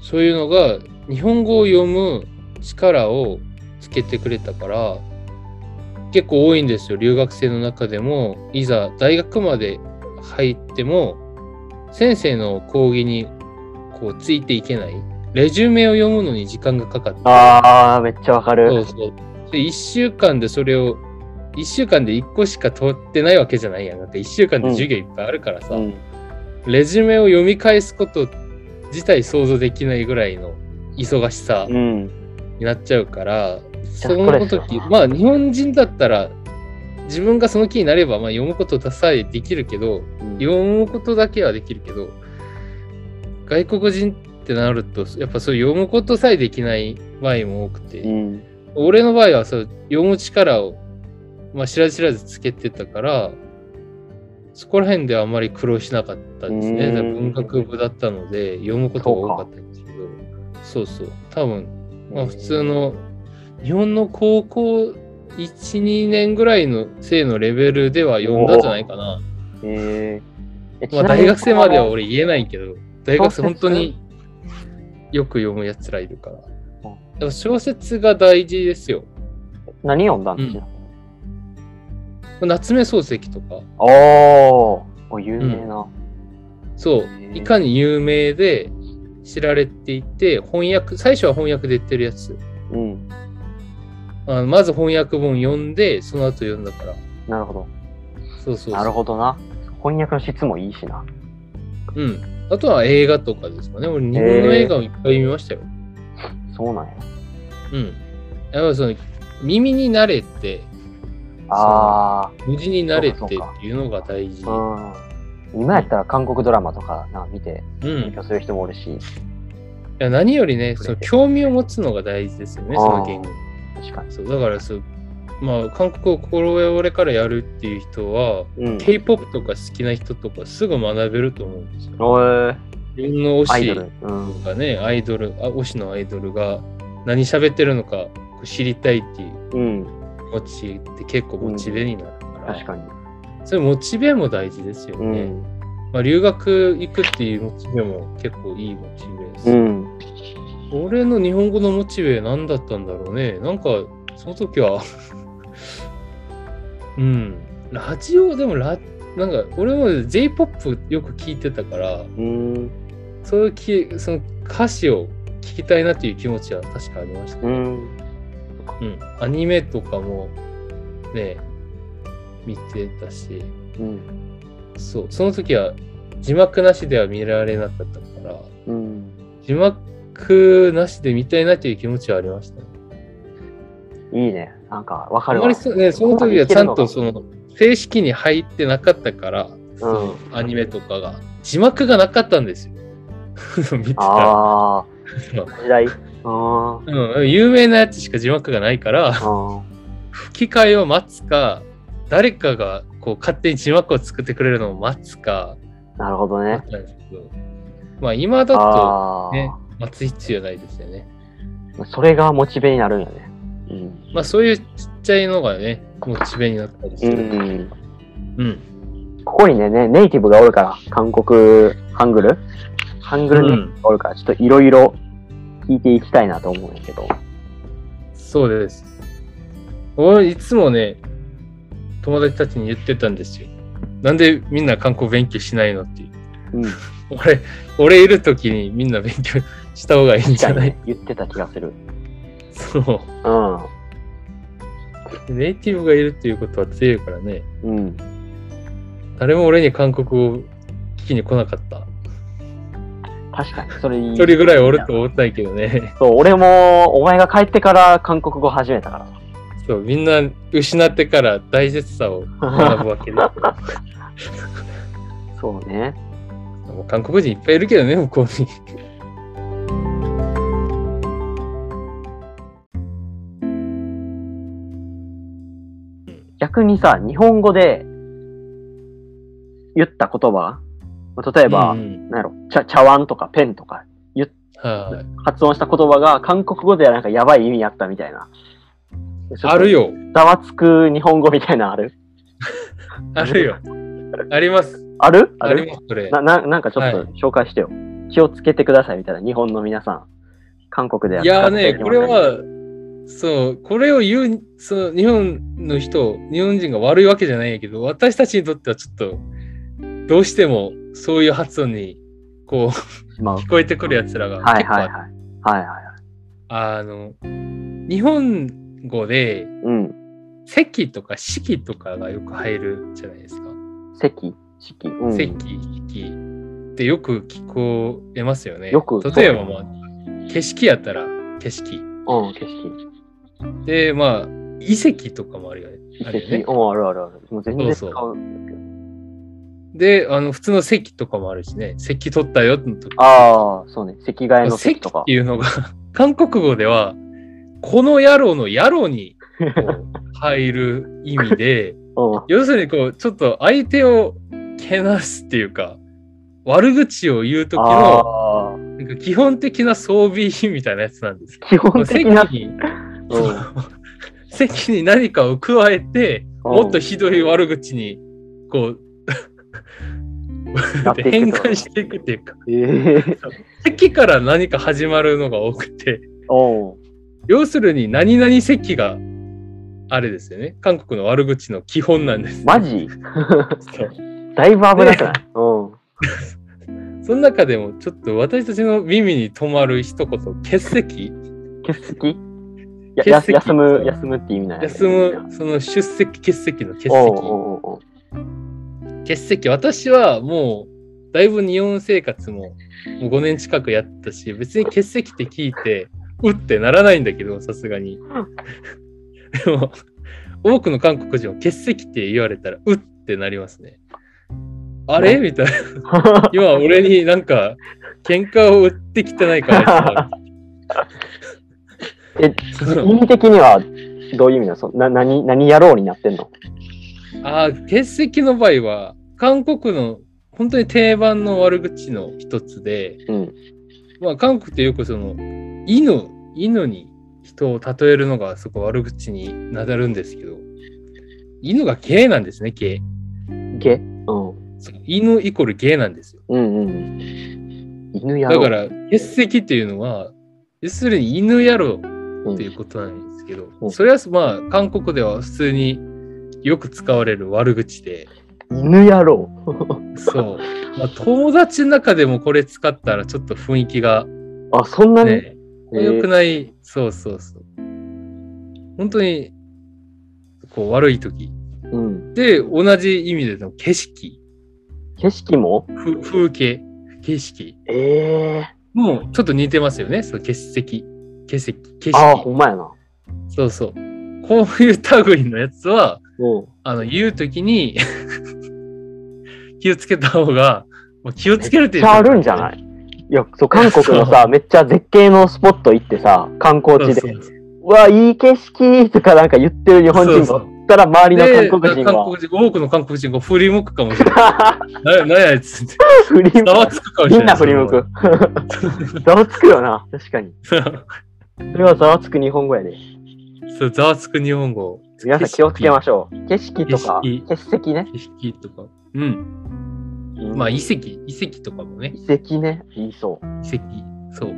そういうのが日本語を読む力をつけてくれたから結構多いんですよ留学生の中でもいざ大学まで入っても先生の講義にこうついていけないレジュメを読むのに時間がかかってあーめっちゃわかそうるそうで1週間でそれを1週間で1個しか取ってないわけじゃないやん。だって1週間で授業いっぱいあるからさ、うんレジュメを読み返すこと自体想像できないぐらいの忙しさうんになっちゃうから、ゃそあこれのですよ時、まあ日本人だったら自分がその気になれば、まあ、読むことださえできるけど、うん読むことだけはできるけど外国人ってなるとやっぱそういう読むことさえできない場合も多くて、うん俺の場合はそう読む力を、まあ、知らず知らずつけてたからそこら辺ではあんまり苦労しなかったですねうんだから文学部だったので読むことが多かったんですけどそうそう多分、まあ、普通の日本の高校12年ぐらいの生のレベルでは読んだんじゃないかな。えーえちまあ、なみに大学生までは俺言えないけど、大学生本当によく読むやつらいるから。でも小説が大事ですよ。何読んだんうでんすか、夏目漱石とか、おーお有名な、へ、そうーいかに有名で知られていて、翻訳、最初は翻訳で言ってるやつ。うん、あのまず翻訳本読んで、その後読んだから。なるほどそうそうそうなるほどな翻訳の質もいいしなうん。あとは映画とかですかね。俺、日本の映画をいっぱい見ましたよ。そうなんやうん。やっぱその、耳に慣れて、あ無事に慣れてそっうてかそうかいうのが大事。あうん今やったら韓国ドラマとかな見てうん勉強する人もおるし、いや何よりね、触それのて興味を持つのが大事ですよね、あーその言語。確かにそうだからそう、まあ、韓国を心折れからやるっていう人は、うん K-POP とか好きな人とかすぐ学べると思うんですよ。おー自分のア推イドしルうんがね、アイドル、あ推しのアイドルが何喋ってるのか知りたいっていううん気持ちって結構モチベになるから、確かにそれモチベも大事ですようね。んまあ、留学行くっていうモチベも結構いいモチベです。うん俺の日本語のモチベ何だったんだろうね。なんか、その時は、 うん。ラジオ、でもラ、なんか、俺も J-POP よく聞いてたから、うんそういうき、その歌詞を聞きたいなという気持ちは確かありましたうね。んうん。アニメとかも、ね、見てたし、うんそう。その時は、字幕なしでは見られなかったから、うん字幕なしで見たいなという気持ちはありましたね。いいねなんかわかあんるまわりそ,、ね、その時はちゃんとその正式に入ってなかったから、そのアニメとかが字幕がなかったんですよ。 見てたら、ああ時代うんうん うん、有名なやつしか字幕がないから吹き替えを待つか誰かがこう勝手に字幕を作ってくれるのを待つかなるほどだっねたんですけど、まあ今だとあね待つ必要ないですよね。あそれがモチベになるんやねうんまあそういうちっちゃいのがねモチベになったりすうる。んうんここにねね、ネイティブがおるから、韓国ハングルハングルネイティブがおるから、ちょっといろいろ聞いていきたいなと思うんやけど。そうです。俺いつもね、友達たちに言ってたんですよ。なんでみんな観光勉強しないのっていう。うん。俺、俺いる時にみんな勉強した方がいいん じゃない言ってた気がする。そうう。ネイティブがいるっていうことは強いからね。ん。うん。誰も俺に韓国語を聞きに来なかった。確かに、それいい。一人ぐらいおると思ったんやけどね。 そう、俺も、お前が帰ってから韓国語始めたかそう、みんな失ってから大切さを学ら。 ぶわけだ。そうね。もう韓国人いっぱいいるけどね、向こうに。逆にさ、日本語で言った言葉、例えば、うんなんやろ、茶茶碗とかペンとか、はい。発音した言葉が韓国語ではなんかやばい意味あったみたいな。あるよ。よ。ざわつく日本語みたいなのあるあるよ。あります。あるあります、それ。なななんかちょっはと紹介してよ、気をつけてくださいみたいな、日本の皆さん。韓国ではいやーね、これ、は、そう、これを言う、その日本の人、日本人が悪いわけじゃないんやけど、私たちにとってはちょっと、どうしてもそういう発音に、こ う、まあ、聞こえてくるやつらがはい結構あはいはい。るはいはいはい。あの、日本語で、うん。席とか式とかがよく入るじゃないですか。席式、うん、席、式ってよく聞こえますよね。よく例えば、まあ、景色やったら景色。うん、景色。で、まあ、遺跡とかもあるよね。あるよね遺跡、うん、あるあるある。もう全然使。そううで、あの、普通の席とかもあるしね、席取ったよの時ああ、そうね。席替えの席席とっかて。いうのが 韓国語ではこの野郎の野郎にこう入る意味でうん。要するにこうちょっと相手をけなすっていうか悪口を言う時のああ、なんか基本的な装備みたいなやつなんですけ基本ど的席な。にうんそう席に何かを加えてもっとひどい悪口にこうなっていく変ってこと換していくっていうかええ席から何か始まるのが多くておう要するに何々席があれですよね韓国の悪口の基本なんですマジそうだいぶ危なくないうん。その中でもちょっと私たちの耳に留まる一言欠席欠席やや欠席休む、休むって意味なんやね休むその出席欠席の欠席おうおうお う欠席私はもうだいぶ日本生活ももう5年近くやったし別に欠席って聞いてうってならないんだけどさすがに でも多くの韓国人は欠席って言われたらうってなりますねあれみたいな今俺になんか喧嘩を売ってきてないからあ え、いつは意味的にはどういう意味なのそな何何やろうになってんのあー欠席の場合は韓国の本当に定番の悪口の一つで、うん。まあ、韓国ってよくその犬犬に人を例えるのがすごい悪口になだるんですけど犬がゲイなんですねゲイゲうん。その犬イコールゲイなんですようんうん。犬やろだう。から欠席っていうのは要するに犬野郎うんっていうことなんですけど、うんそれはまあ韓国では普通によく使われる悪口で犬やろそう、まあ、友達の中でもこれ使ったらちょっと雰囲気がう。あ、そんなに、ね良くない、そうそうそう本当にこう悪い時うん。で同じ意味での景色景色もふ風景景色ええもうちょっと似てますよねその欠席欠席景ああ、ほん色まやな。そうそうこういう類のやつはうん。あの、言うときに気をつけた方が、まあ、気をつけるってめっちいうのゃはあるんじゃないいや、そう、韓国のさ、めっちゃ絶景のスポット行ってさ、観光そう地そで、ううわ、いい景色とかなんか言ってる日本人がそおうそうったら、周りで、の韓韓国国人人韓は。国人多くの韓国人が振り向くかもしれない。ななんやあいつって。 振り向ざわく。つくかもしみれんなな。い振り向く。ざわつくよな、確かに。その。それはざわつく日本語やで。そう、ざわつく日本語。皆さん気をつけましょう。景色とか、景色欠席ね。景色とか。うん。まあ、遺跡、遺跡とかもね。遺跡ね、言いそう。遺跡。そう。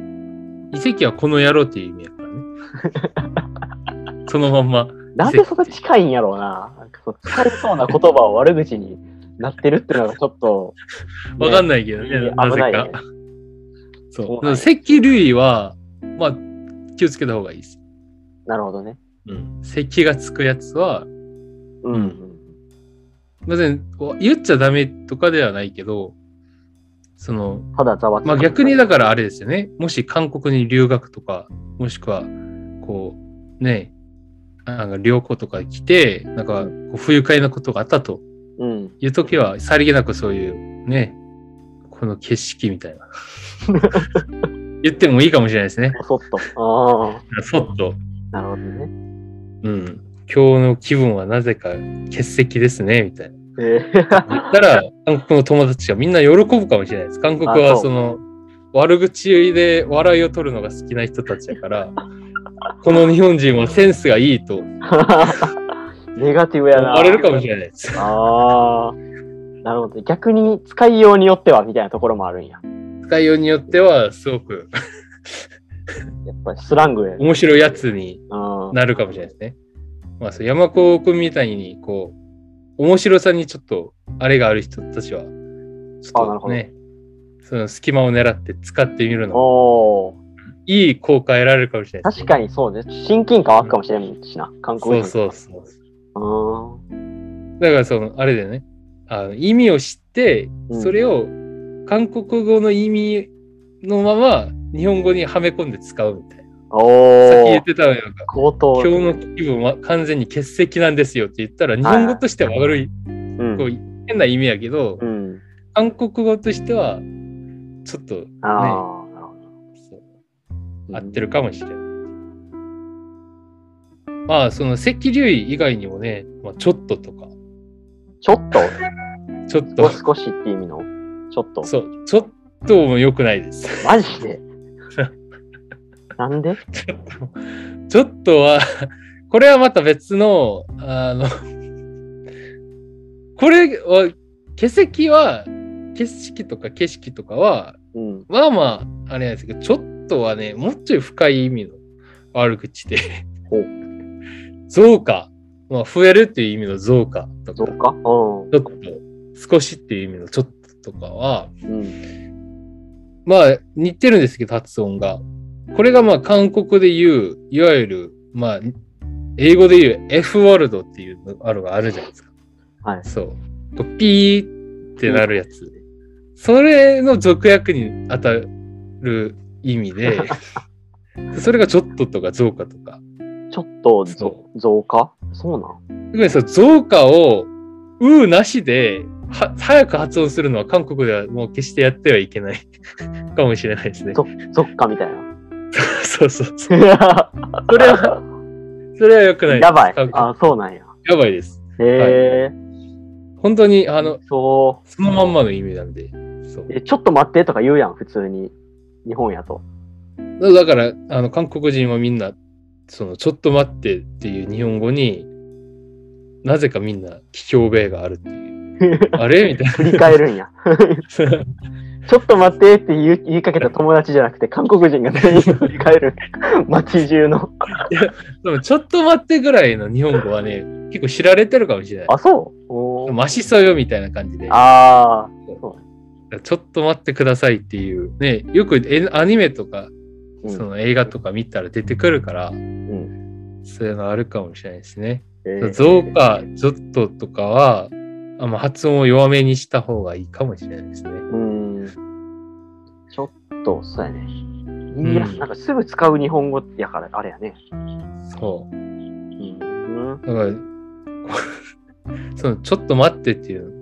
遺跡はこの野郎っていう意味やからね。 そのまんま。なんでそこ近いんやろうな。なんかそう使えそうな言葉を悪口になってるっていうのがちょっと、 わかんないけどいね、やなぜ危ないかね。そそうう。なんや石類は、まあ、気をつけた方がいいです。なるほどね。うん。石がつくやつは、うん。うんまあ全然こう言っちゃダメとかではないけど、その、ただざわつく。まあ逆にだからあれですよね。もし韓国に留学とか、もしくは、こう、ね、なんか旅行とか来て、なんかこう不愉快なことがあったとうん。いう時は、さりげなくそういう、ね、この景色みた いな。言ってもいいかもしれないですね。そっ と。ああ。そっと。なるほどね。うん。今日の気分はなぜか欠席ですね、みたいな。えー、言ったら、韓国の友達がみんな喜ぶかもしれないです。韓国あはそうその、悪口で笑いを取るのが好きな人たちだから、この日本人はセンスがいいと思 ネガティブやな。われるかもしれないです。ああ。なるほど。逆に使いようによってはみたいなところもあるんや。使いようによっては、すごくやっぱりスラングやね。面白いやつにうん。なるかもしれないですね。まあ、そう山子君みたいに、こう、面白さにちょっと、あれがある人たちは、あちなょるっほどとね、その隙間を狙って使ってみるのも、おお。いい効果得られるかもしれないです確かにそうね。親近感湧くかもしれんしな。韓そ国う人。そうそう。あーだからそのあれだよねあの意味を知ってうんそれを韓国語の意味のまま日本語にはめ込んで使うみたいな。さっきお言ー、ってたのよ。高等。今日の気分は完全に欠席なんですよって言ったら日本語としては悪い、うんこう変な意味やけど、うん。韓国語としてはちょっとねああ、なるほそうど。合ってるかもしれない。まあその赤龍位以外にもね、まあ、ちょっととかちょっとちょっもとう少しって意味の、ちょっと。そうちょっとも良くないです。マジ でなんでちょっと、ちょっとは、 これはまた別の、あの、 これは、化石は、景色とか景色とかは、うん。まあまあ、あれなんですけど、ちょっとはね、もうちょい深い意味の悪口でほう、 増加、まあ、増えるっていう意味の増加とどか、うかうちょっと、少しっていう意味のちょっととかは、ん。うん。まあ似てるんですけど発音が。これがまあ韓国で言う、いわゆる、まあ、英語で言う F ワールドっていうのあるがあるじゃないですか。はいそう。こうピーってなるやつ。それの俗訳に当たる意味 で、それがちょっととか増加とか。ちょっとそぞ増加そうなん特にさ、増加を、うーなしで、は、早く発音するのは韓国ではもう決してやってはいけない かもしれないですね。そぞっかみたい な。そうそうそう。それはそれは良くないです。やばい韓。国あ、そうなんや。やばいです。へえ、本当に、あの、そそのまんまの意味なんで。そうう。え、ちょっと待ってとか言うやん、普通に。日本やと。だから、あの、韓国人はみんな、その、ちょっと待ってっていう日本語に、なぜかみんな、気境米があるっていう。 あれみた振いり返 るんや。な。ちょっと待ってって言い言いかけた友達じゃなくて、韓国人が全員振り返る。街中の。でも、ちょっと待ってぐらいの日本語はね、結構知られてるかもしれないあ、。そうおーマシソよみたいな感じで、あちょっと待ってくださいっていう、ね、よくえアニメとかー。そうん。の映画とか見たら出てくるから、んそういうのあるかもしれないですね。えー増加、ちょっととかは、あまあ、発音を弱めにした方がいいかもしれないですね。うーん。ちょっと、そうやね。んいや、なんかすぐ使う日本語やから、あれやね。そうん。う。だから、こう その、ちょっと待ってっていう、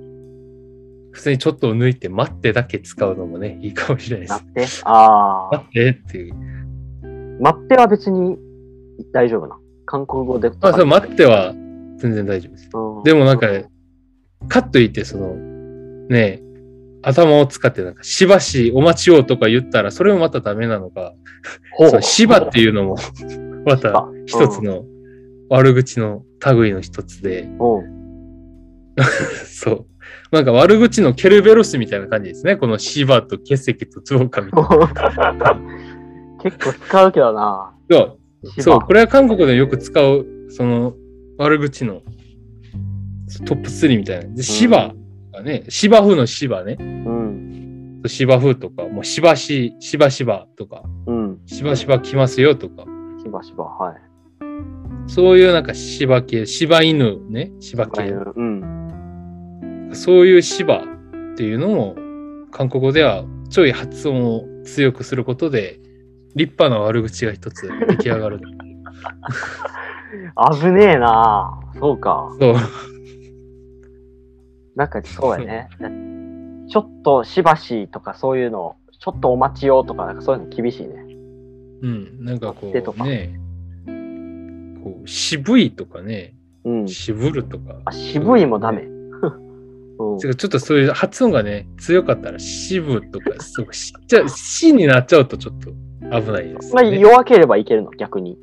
普通にちょっとを抜いて待ってだけ使うのもね、いいかもしれないでなっす。て。あ待あ。ってっていう。待っては別に大丈夫な。韓国語で。まあ、その待っては全然大丈夫です。うんでもなんか、かっといって、その、ねえ、頭を使って、なんか、しばしお待ちをとか言ったら、それもまたダメなのか、ほうそのしばっていうのも、 また芝一つの悪口の類の一つで、 うん。そう。なんか悪口のケルベロスみたいな感じですね。このしばと欠席と増 加みたいな。結構使うけどな。そう芝そう、これは韓国でよく使う、その悪口のトップ3みたいな。で、しばがね、芝生の芝ね。うん。芝生とか、もうしばし、しばしばとか、うん。しばしば来ますよとか、しばしば、はい。そういうなんかしば系、しば犬ね、しば系、うん。そういうしばっていうのも、韓国語ではちょい発音を強くすることで、立派な悪口が一つ出来上が る。危ねえな。そうか。そう、なんかそうやね。ちょっとしばしとかそういうの、ちょっとお待ちをとか、なんかそういうの厳しいね。うん、なんかこ手とうかね、こう渋いとかね、うん。渋るとかあ、、渋いもダメ。 うんちょっとそういう発音がね、強かったら、しぶとか、そうしちゃ、しになっちゃうとちょっと危ないです、まあ、ね。弱ければいけるの、逆に。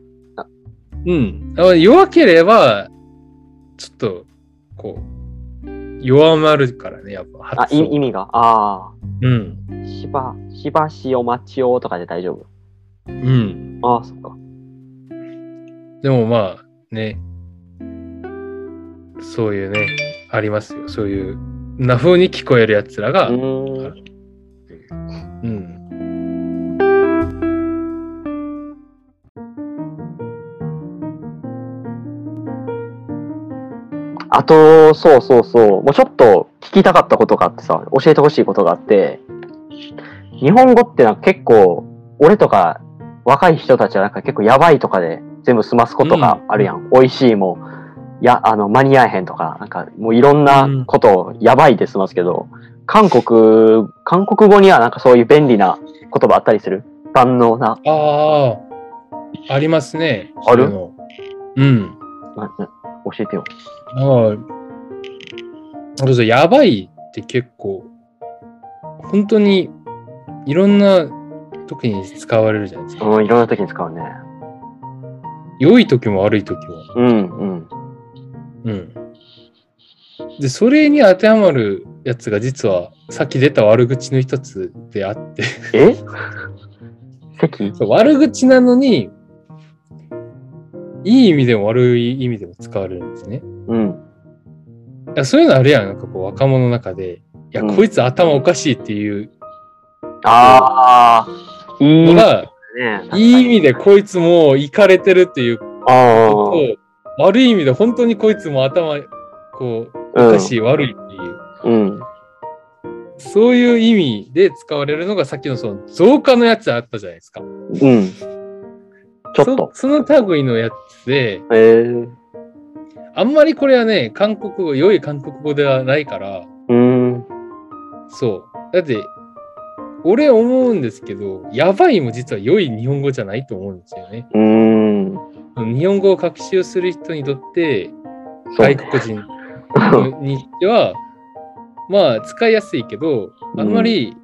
うん。あ弱ければ、ちょっと、こう、弱まるからね、やっぱあ、発い音。意味が。あうん。あ。しば、しばしお待ちをとかで大丈うん。夫。ああ、そっか。でもまあ、ね、そういうね、ありますよ。そういう、な風に聞こえるやつらが、ううん。ーん。あと、そうそうそう、もうちょっと聞きたかったことがあってさ、教えてほしいことがあって、日本語ってなんか結構、俺とか若い人たちはなんか結構やばいとかで全部済ますことがあるやん。美味しいも、や、あの、間に合えへんとか、なんかもういろんなことをやばいで済ますけど、韓国、韓国語にはなんかそういう便利な言葉あったりする万能な、ああ、ありますね。あるそういうのうん。なな教えてよ。はい。あとさやばいって結構、本当にいろんな時に使われるじゃないですか。うん、いろんな時に使うね。良い時も悪い時も。うん、うん。うん。で、それに当てはまるやつが実はさっき出た悪口の一つであって、 え 席そう悪口なのに、いい意味でも悪い意味でも使われるんですね。うん。だからそういうのあるやん、なんかこう若者の中で、いや、うんこいつ頭おかしいっていうああ、いい意の味だが、ね。いい意味でこいつもういかれてるっていうこあとを、悪い意味で本当にこいつも頭、こう、あ、おうかんしい、悪いっていう、うん。そういう意味で使われるのがさっきのその増加のやつあったじゃないですか。うん。ちょっと。そその類のやつで、えー、あんまりこれはね、韓国語、良い韓国語ではないから、うーん。そう。だって、俺思うんですけど、やばいも実は良い日本語じゃないと思うんですよね。うーん。日本語を学習する人にとって、そう外ね。国人 にしては、まあ、使いやすいけど、あんまり、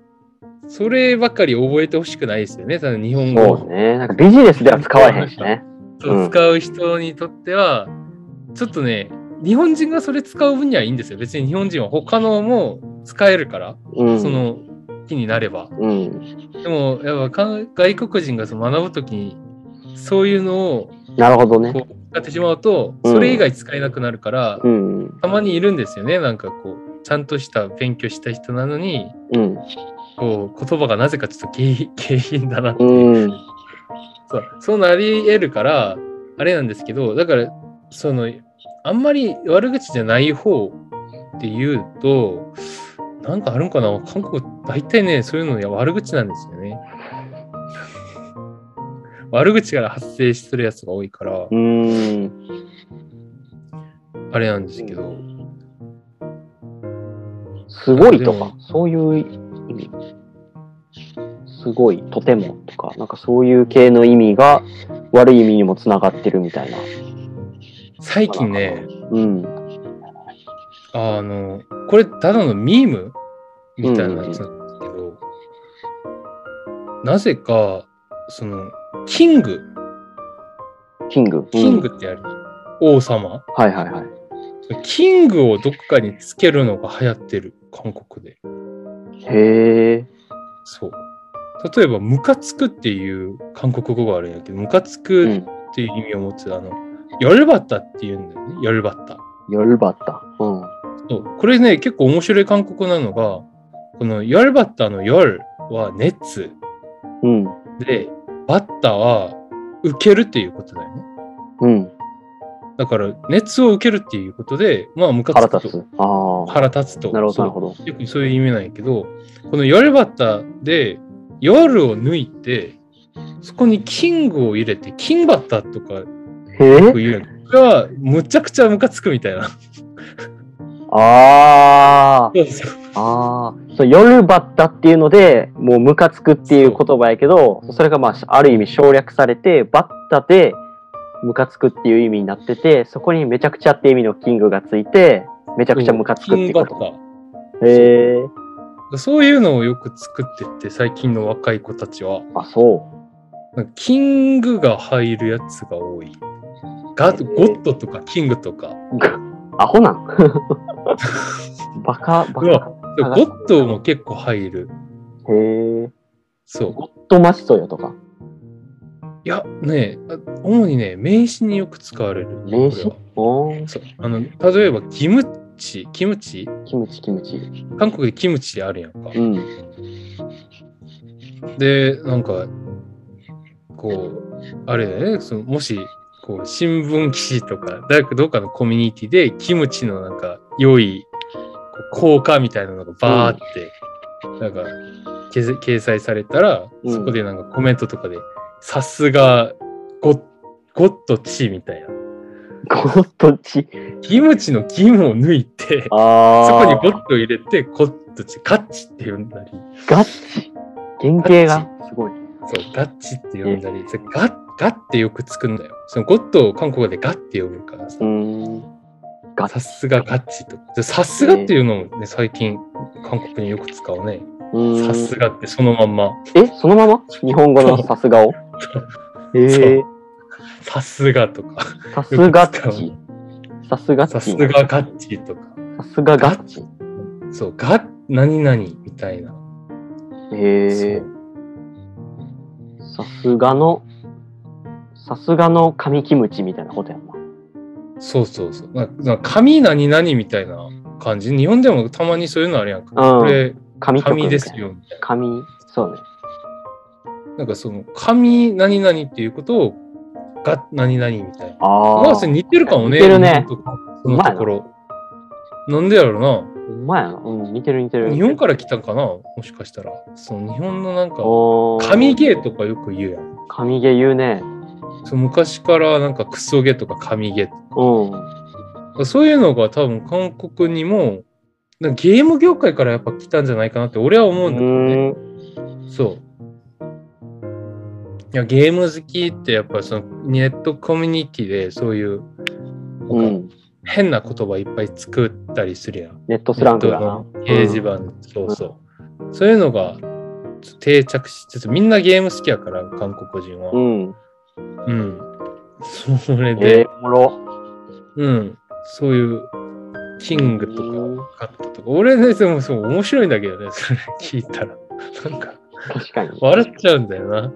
そればっかり覚えてほしくないですよね。ただ日本語そうね。なんかビジネスでは使わへんしね。うん使う人にとっては、ちょっとね、日本人がそれ使う分にはいいんですよ。別に日本人は他のも使えるから、うん。その気になれば。うん。でも、やっぱか外国人がその学ぶときに、そういうのをなるほどね。こう使ってしまうと、うんそれ以外使えなくなるから、うん。たまにいるんですよね。なんかこう、ちゃんとした勉強した人なのに、うん。こう、言葉がなぜかちょっと下品 下品だなっていううん。そうそうなり得るからあれなんですけどだからそのあんまり悪口じゃない方って言うとなんかあるんかな韓国大体ねそういうのいや悪口なんですよね悪口から発生するやつが多いからうん。あれなんですけどすごいとあでか、そういう意味。すごい、とてもとか、なんかそういう系の意味が悪い意味にもつながってるみたいな。最近ねうん。あのこれただのミームみたいなやつなんですけど、なぜかそのキングキング。キングうんってある、王様はいはいはい。キングをどっかにつけるのが流行ってる、韓国で。へえ。そう。例えば、ムカつくっていう韓国語があるんやけど、ムカつうくん。っていう意味を持つ、あの、ヨルバッタっていうんだよね、ヨルバッタ。ヨルバッタ。うん。そう。これね、結構面白い韓国語なのが、このヨルバッタのヨルは熱うん。で、バッタは受けるっていうことだよね。うん。だから、熱を受けるっていうことで、まあ、ムカつ腹く立つと。。ああ。腹立つと。なるほど、そうなるほど。よくそういう意味なんやけど、この夜バッタで、夜を抜いて、そこにキングを入れて、キンバッタとかよへくえ言うやんこれは、むちゃくちゃムカつくみたいな。ああ。ああ。そう、夜バッタっていうので、もうムカつくっていう言葉やけど、それがまあ、ある意味省略されて、バッタでムカつくっていう意味になってて、そこにめちゃくちゃって意味のキングがついて、めちゃくちゃムカつくってキいンうバこッと。タ。へえ。そういうのをよく作ってって、最近の若い子たちは、あ、そなんかキングが入るやつが多い。ガゴッドとかキングとか。う。アホなん。 バカ、バうわカ。でゴッドも結構入る。へえ。そう。ゴッドマストよとか。いや、ねあ主にね、名詞によく使われる。名こ詞れはおーそうあの例えばキムチキムチキムチ、キムチ。韓国でキムチあるやんか、うん。でなんかこうあれだよねそのもしこう新聞記事とか誰かどっかのコミュニティでキムチのなんか良いこう効果みたいなのがバーって、なんか掲載掲載されたら、うんそこでなんかコメントとかで「さすがゴッゴッドチ」みたいなゴッドチ。キムチの義務を抜いてああ。そこにゴッド入れてゴッドチカッチって呼んだりガッチ。原型がすごい。そうガッチって呼んだりそれガッガッってよくつくんだよそのゴッドを韓国語でガッって呼ぶからさうーん。ガさッチ。すがガッチとか。でさすがっていうのもね、最近、韓国によく使うね。うーんさすがってそのまんま。え、そのまま日本語のさすがをええさすがとか。ー。さすがよく使うチ。さすがチ。さすがガッチとか。さすがガッチ。そう、ガッ、何々みたいな。ええー。さすがの、さすがの神キムチみたいなことやんな。そうそうそうそう。なんかなんか紙何々みたいな感じ。日本でもたまにそういうのあるやんか。うんこれ、神紙です。よ。みたい神、そうね。な。なんかその、紙何々っていうことを、ガッ、何々みたいな。あまあ、あ。それ似てるかもね。似てるね日本とそのところ。なんでやろうな。ほんまやな。うん、似てる似てる。日本から来たんかなもしかしたら。その日本のなんか、おー神ゲーとかよく言うやん。神ゲー言うね。そう昔からなんかクソゲーとか神ゲーとうん。か。そういうのが多分韓国にも、なんかゲーム業界からやっぱ来たんじゃないかなって俺は思うんだけどね。うーんそう。いや、ゲーム好きってやっぱそのネットコミュニティでそういう、うなんん。か変な言葉いっぱい作ったりするやん。ネットスラングがな。ネットの掲示板、そうそう。そういうのが定着しつつ、みんなゲーム好きやから、韓国人は。ううん。ん。それええで、ー、おもろ。うん。そういう、キングとか、カットとか。俺ね、でもそう面白いんだけどね、それ聞いたら。なんか、確かに。笑っちゃうんだよな。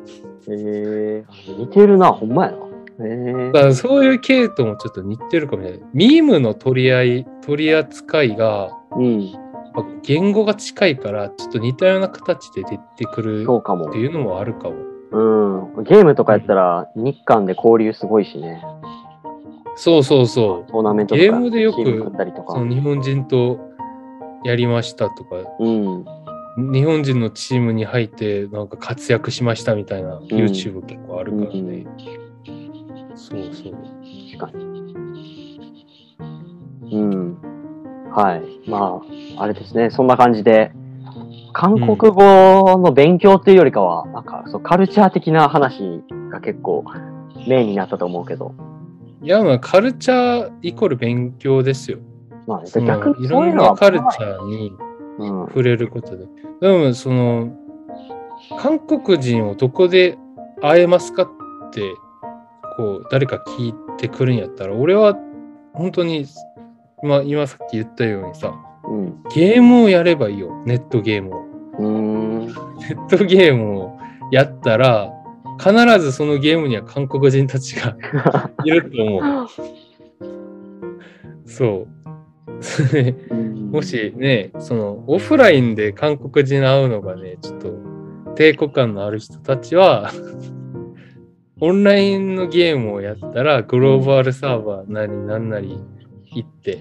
ええー、似てるな、ほんまやな。えだえからそういう系統もちょっと似てるかもしれない。ミームの取り合い、取り扱いが、うん。やっぱ言語が近いから、ちょっと似たような形で出てくるそうかもっ。ていうのもあるかも。うん。ゲームとかやったら、日韓で交流すごいしね。そうそうそう。トーナメントとか、ゲームでよくチーム組んだりとかそ。の日本人とやりましたとか、うん。日本人のチームに入ってなんか活躍しましたみたいな YouTube 結構あるからね。そうそう。確かに。うん。はい。まあ、あれですね。そんな感じで、韓国語の勉強っていうよりかは、なんかそう、カルチャー的な話が結構メインになったと思うけど、いや、まあカルチャーイコール勉強ですよ。まあ、その逆にいそろういうんのなは、カルチャーにうん、触れることで。でも、その、韓国人をどこで会えますかって、こう、誰か聞いてくるんやったら、俺は本当に、今、今さっき言ったようにさ、うん。ゲームをやればいいよ、ネットゲームを。うーん。ネットゲームをやったら、必ずそのゲームには韓国人たちがいると思う。そう。それもしね、そのオフラインで韓国人に会うのがね、ちょっと抵抗感のある人たちは、 オンラインのゲームをやったら、グローバルサーバーなりなんなり行って、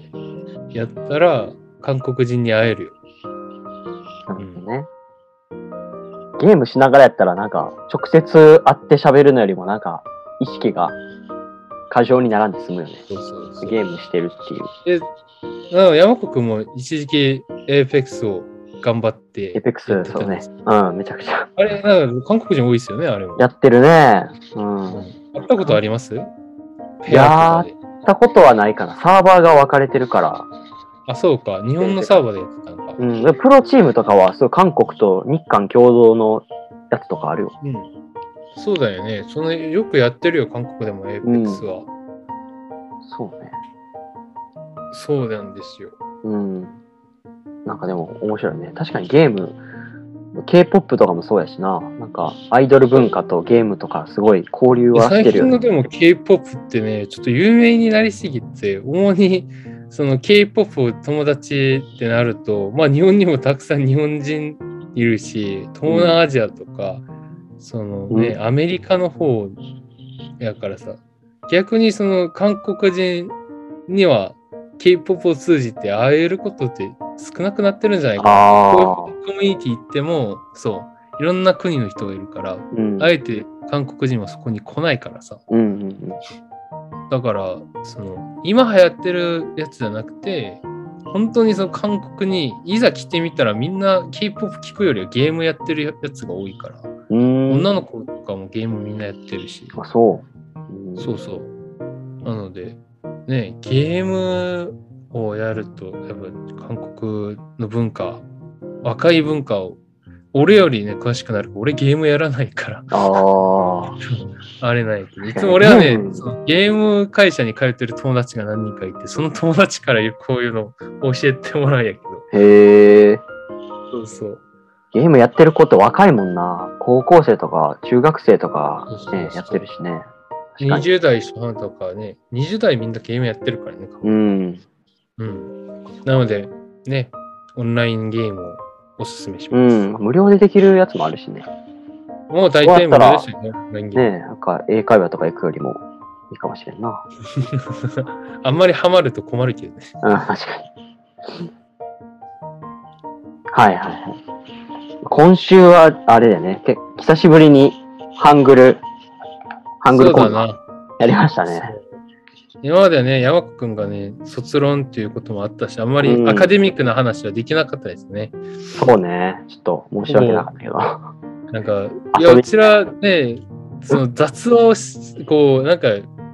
やったら韓国人に会えるよ。なるほどね。ゲームしながらやったら、なんか、直接会って喋るのよりも、なんか、意識が過剰にならんで済むよね。そうそうそうゲームしてるっていう。なので山子くんも一時期 APEX を頑張ってエイペックやス、ってそたうんでねす。うん、めちゃくちゃ。あれ、なんか韓国人多いですよね、あれも。やってるね。う。うんんやっ会ったことありますペやアーとかで。たことはないかな。サーバーが分かれてるから。あ、そうか。日本のサーバーでやってたのか。うん。でプロチームとかは、そう、韓国と日韓共同のやつとかあるよ。うん。そうだよね。そのよくやってるよ、韓国でも APEX は。そうね。そうなんですよ。うん。なんかでも面白いね。確かにゲーム、K-POP とかもそうやしな。なんか、アイドル文化とゲームとか、すごい交流はし最てるよ近ね。のでも K-POP ってね、ちょっと有名になりすぎて、主にその K-POP を友達ってなると、まあ日本にもたくさん日本人いるし、東南アジアとか、そのね、うアメリカの方やからさ、逆にその韓国人には K-POP を通じて会えることって少なくなってるんじゃないかな。あこういうコミュニティ行っても、そう、いろんな国の人がいるから、ーうんあえて韓国人はそこに来ないからさ。うんうんだから、その、今流行ってるやつじゃなくて、本当にその韓国にいざ来てみたらみんな K-POP 聞くよりはゲームやってるやつが多いから、うん。女のの子とかもゲームみんなやってるし、あ、そう。うんそうそう。なので、ね、ゲームをやると、やっぱ韓国の文化、若い文化を、俺よりね、詳しくなる。俺ゲームやらないから、ああ。あれないけど。いつも俺はねう、んそのゲーム会社に通ってる友達が何人かいて、その友達からこういうのを教えてもらうんやけど。へえ。そうそう。ゲームやってる子って若いもんな。高校生とか中学生とかそうそう、そうね、やってるしね。確かに。 20代初半とかね、20代みんなゲームやってるからね。うん。うん。なので、ね、オンラインゲームをおすすめしうます。ん。無料でできるやつもあるしね。もう大体無料ですよね、オンラインゲーム。ねなんか英会話とか行くよりもいいかもしれんな。あんまりハマると困るけどね。うん、確かに。はいはいはい。今週は、あれだよね、け久しぶりにハングル、ハングルコそうーだナーな。やりましたね。そう今まではね、山子くんがね、卒論っていうこともあったし、あんまりアカデミックな話はできなかったですね。そうね。ちょっと申し訳なかったけど。なんか、いや、遊びうちらね、その雑話をしこう、なんか、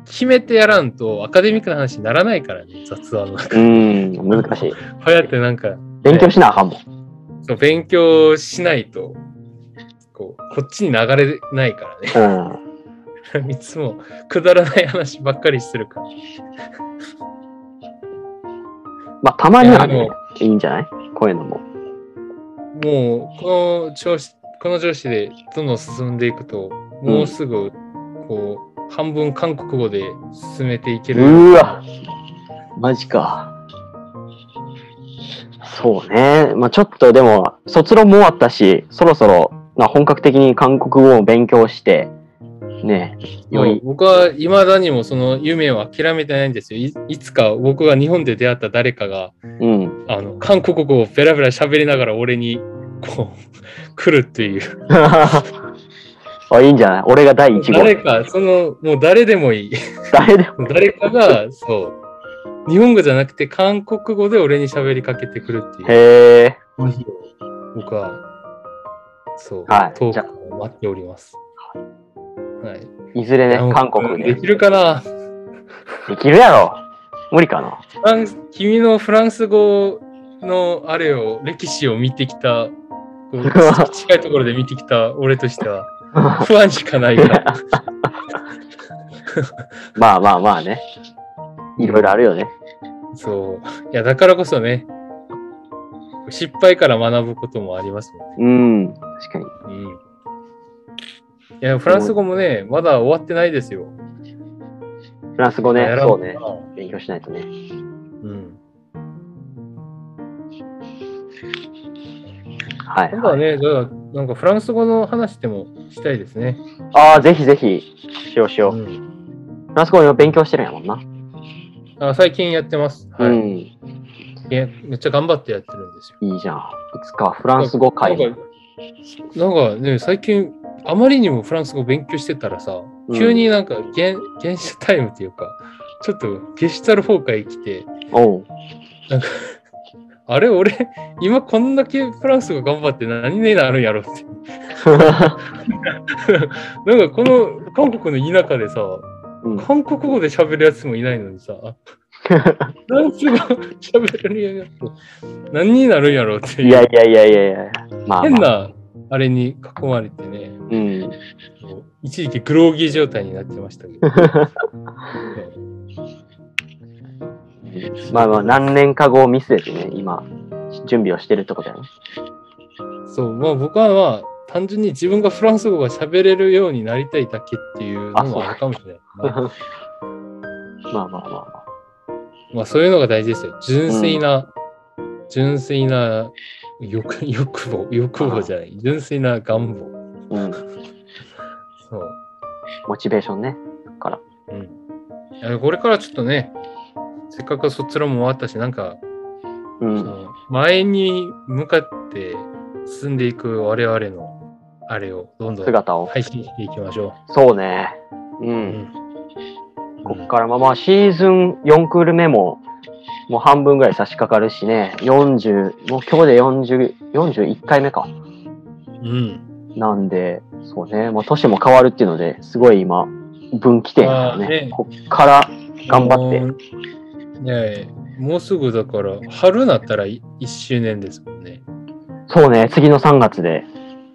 決めてやらんとアカデミックな話にならないからね、雑話の 中。うん、難しい。こうやってなんか、勉強しなあかんもん。そう勉強しないと、こう、こっちに流れないからね。うん。 いつもくだらない話ばっかりするから。まあ、たまには、いやねでも、いいんじゃないこういうのも。もう、この調子、この調子でどんどん進んでいくと、もうすぐ、こう、半分韓国語で進めていける。うわマジか。そうね。まあ、ちょっとでも、卒論も終わったし、そろそろ、まあ、本格的に韓国語を勉強して、ね、よもうり、僕はいまだにもその夢を諦めてないんですよ。いいつか僕が日本で出会った誰かが、うん。 あの、韓国語をベラベラ喋りながら俺に、こう、 来るっていう。あ、いいんじゃない俺が第一号。誰か、その、もう誰でもいい。誰 でも。誰かが、そう、日本語じゃなくて韓国語で俺に喋りかけてくるっていう、へえ。この日を僕は、そう、はいトじゃークを待っております。はい。いずれねあの、韓国で。できるかなできるやろ。無理かな。フランス君のフランス語のあれを、歴史を見てきた、こう近いところで見てきた俺としては、 不安しかないから。まあまあまあね。いろいろあるよね。そう。いや、だからこそね、失敗から学ぶこともありますもんうね。ん。確かに。うんいや、フランス語もね、まだ終わってないですよ。フランス語ねや。らんそうとね。勉強しないとね。うん。はい。今度はね、だからなんかフランス語の話でもしたいですね。ああ、ぜひぜひ、しようしよう。うん、フランス語の勉強してるんやもんな。あ最近やってます。はい、うん。いやめっちゃ頑張ってやってるんですよ。いいじゃん。いつかフランス語会。なんかなんかね、最近、あまりにもフランス語勉強してたらさ、うん急になんか原、原始タイムっていうか、ちょっとゲシュタル崩壊来て、おう。 あれ、俺、今こんだけフランス語頑張って何になるんやろって。なんかこの韓国の田舎でさ、うん韓国語で喋るやつもいないのに さ、フランス語喋るやつ、何になるんやろうっていう、いやいやいやいやいや。まあ、変まあ。なあれに囲まれてね、うん。一時期グローギー状態になってましたけど。 まあまあ、何年か後を見据えてね、今、準備をしてるってことやね。そう、まあ僕はまあ、単純に自分がフランス語が喋れるようになりたいだけっていうのもあるかもしれない。ままああまあまあままあそういうのが大事ですよ。純粋な、純粋な欲欲望、欲望じゃない、純粋な願望。あ。うん。そう。モチベーションね。うん。やこれからちょっとね、せっかくそちらも終わったし、なんか、うそん。の前に向かって進んでいく我々のあれをどんどん姿を。配信していきましょそうね。う。う。うんんこっからまあまあシーズン4クール目も、もう半分ぐらい差し掛かるしね。40、もう今日で40、41回目か。うん。なんで、そうね。まあ年も変わるっていうので、すごい今、分岐点だよまあねね。こっから頑張って。って。ねえもうすぐだから、春なったら1周年ですもんね。そうね。次の3月で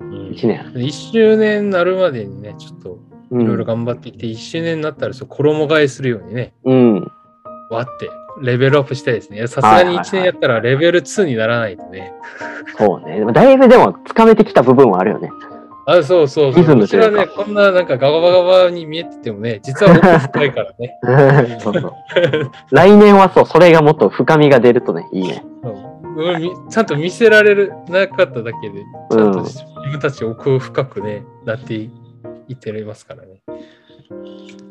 うん1年。 1周年になるまでにね、ちょっとういろいろん。頑張ってきて、1周年になったらそう衣替えするようにね、うん。わって、レベルアップしたいですね。いやさすがはいはいに1はい年やったらレベル2にならないとね。そうね。でもだいぶでも、つかめてきた部分はあるよね。 あ、そうそうそリズう。ムことちいうからね、こんななんかガバガバに見えててもね、実はもっと深いからね。そう そう。来年はそう、それがもっと深みが出るとね、いいね。うんうんみちゃんと見せられるなかっただけで、ちゃんうとん自分たち奥深くね、なっていいってますからね。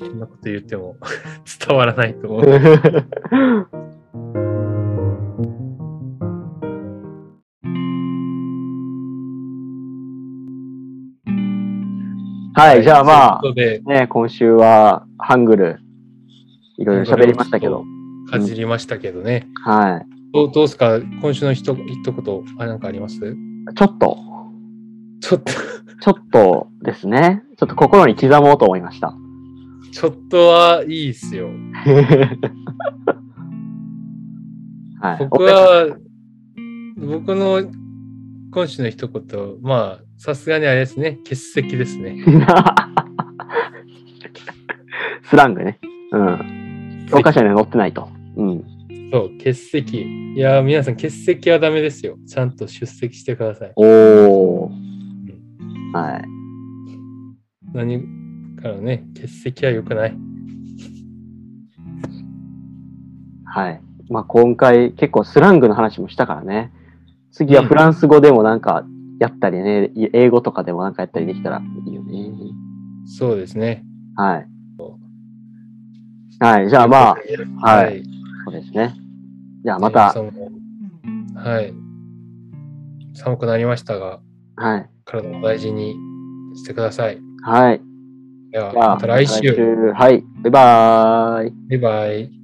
そんなこと言っても 伝わらないと思う。はい、じゃあまあということで、ね、今週はハングル、いろいろ喋りましたけど、かじりましたけどね。はどうどうですか今週の一一言、あ、なんかありますい。ちょっと、ちょっと、 ちょっとですね、ちょっと心に刻もうと思いました。ちょっとはいいっすよ。はい。僕は、僕の今週の一言、まあ、さすがにあれですね、欠席ですね。スラングね。うん。教科書には載ってないと。うん。そう、欠席。いやー、皆さん、欠席はダメですよ。ちゃんと出席してください。おー。はい。何からね、欠席は良くない。はい。まあ今回結構スラングの話もしたからね。次はフランス語でもなんかやったりね、い英語とかでもなんかやったりできたらいいよね。そうですね。はい。はい。じゃあまあ、はいそうですね。じゃあまた、皆さんもはい。寒くなりましたが、はい。体を大事にしてください。はい。では、じゃあ、また来週。はい。バイバーイ。バイバイ。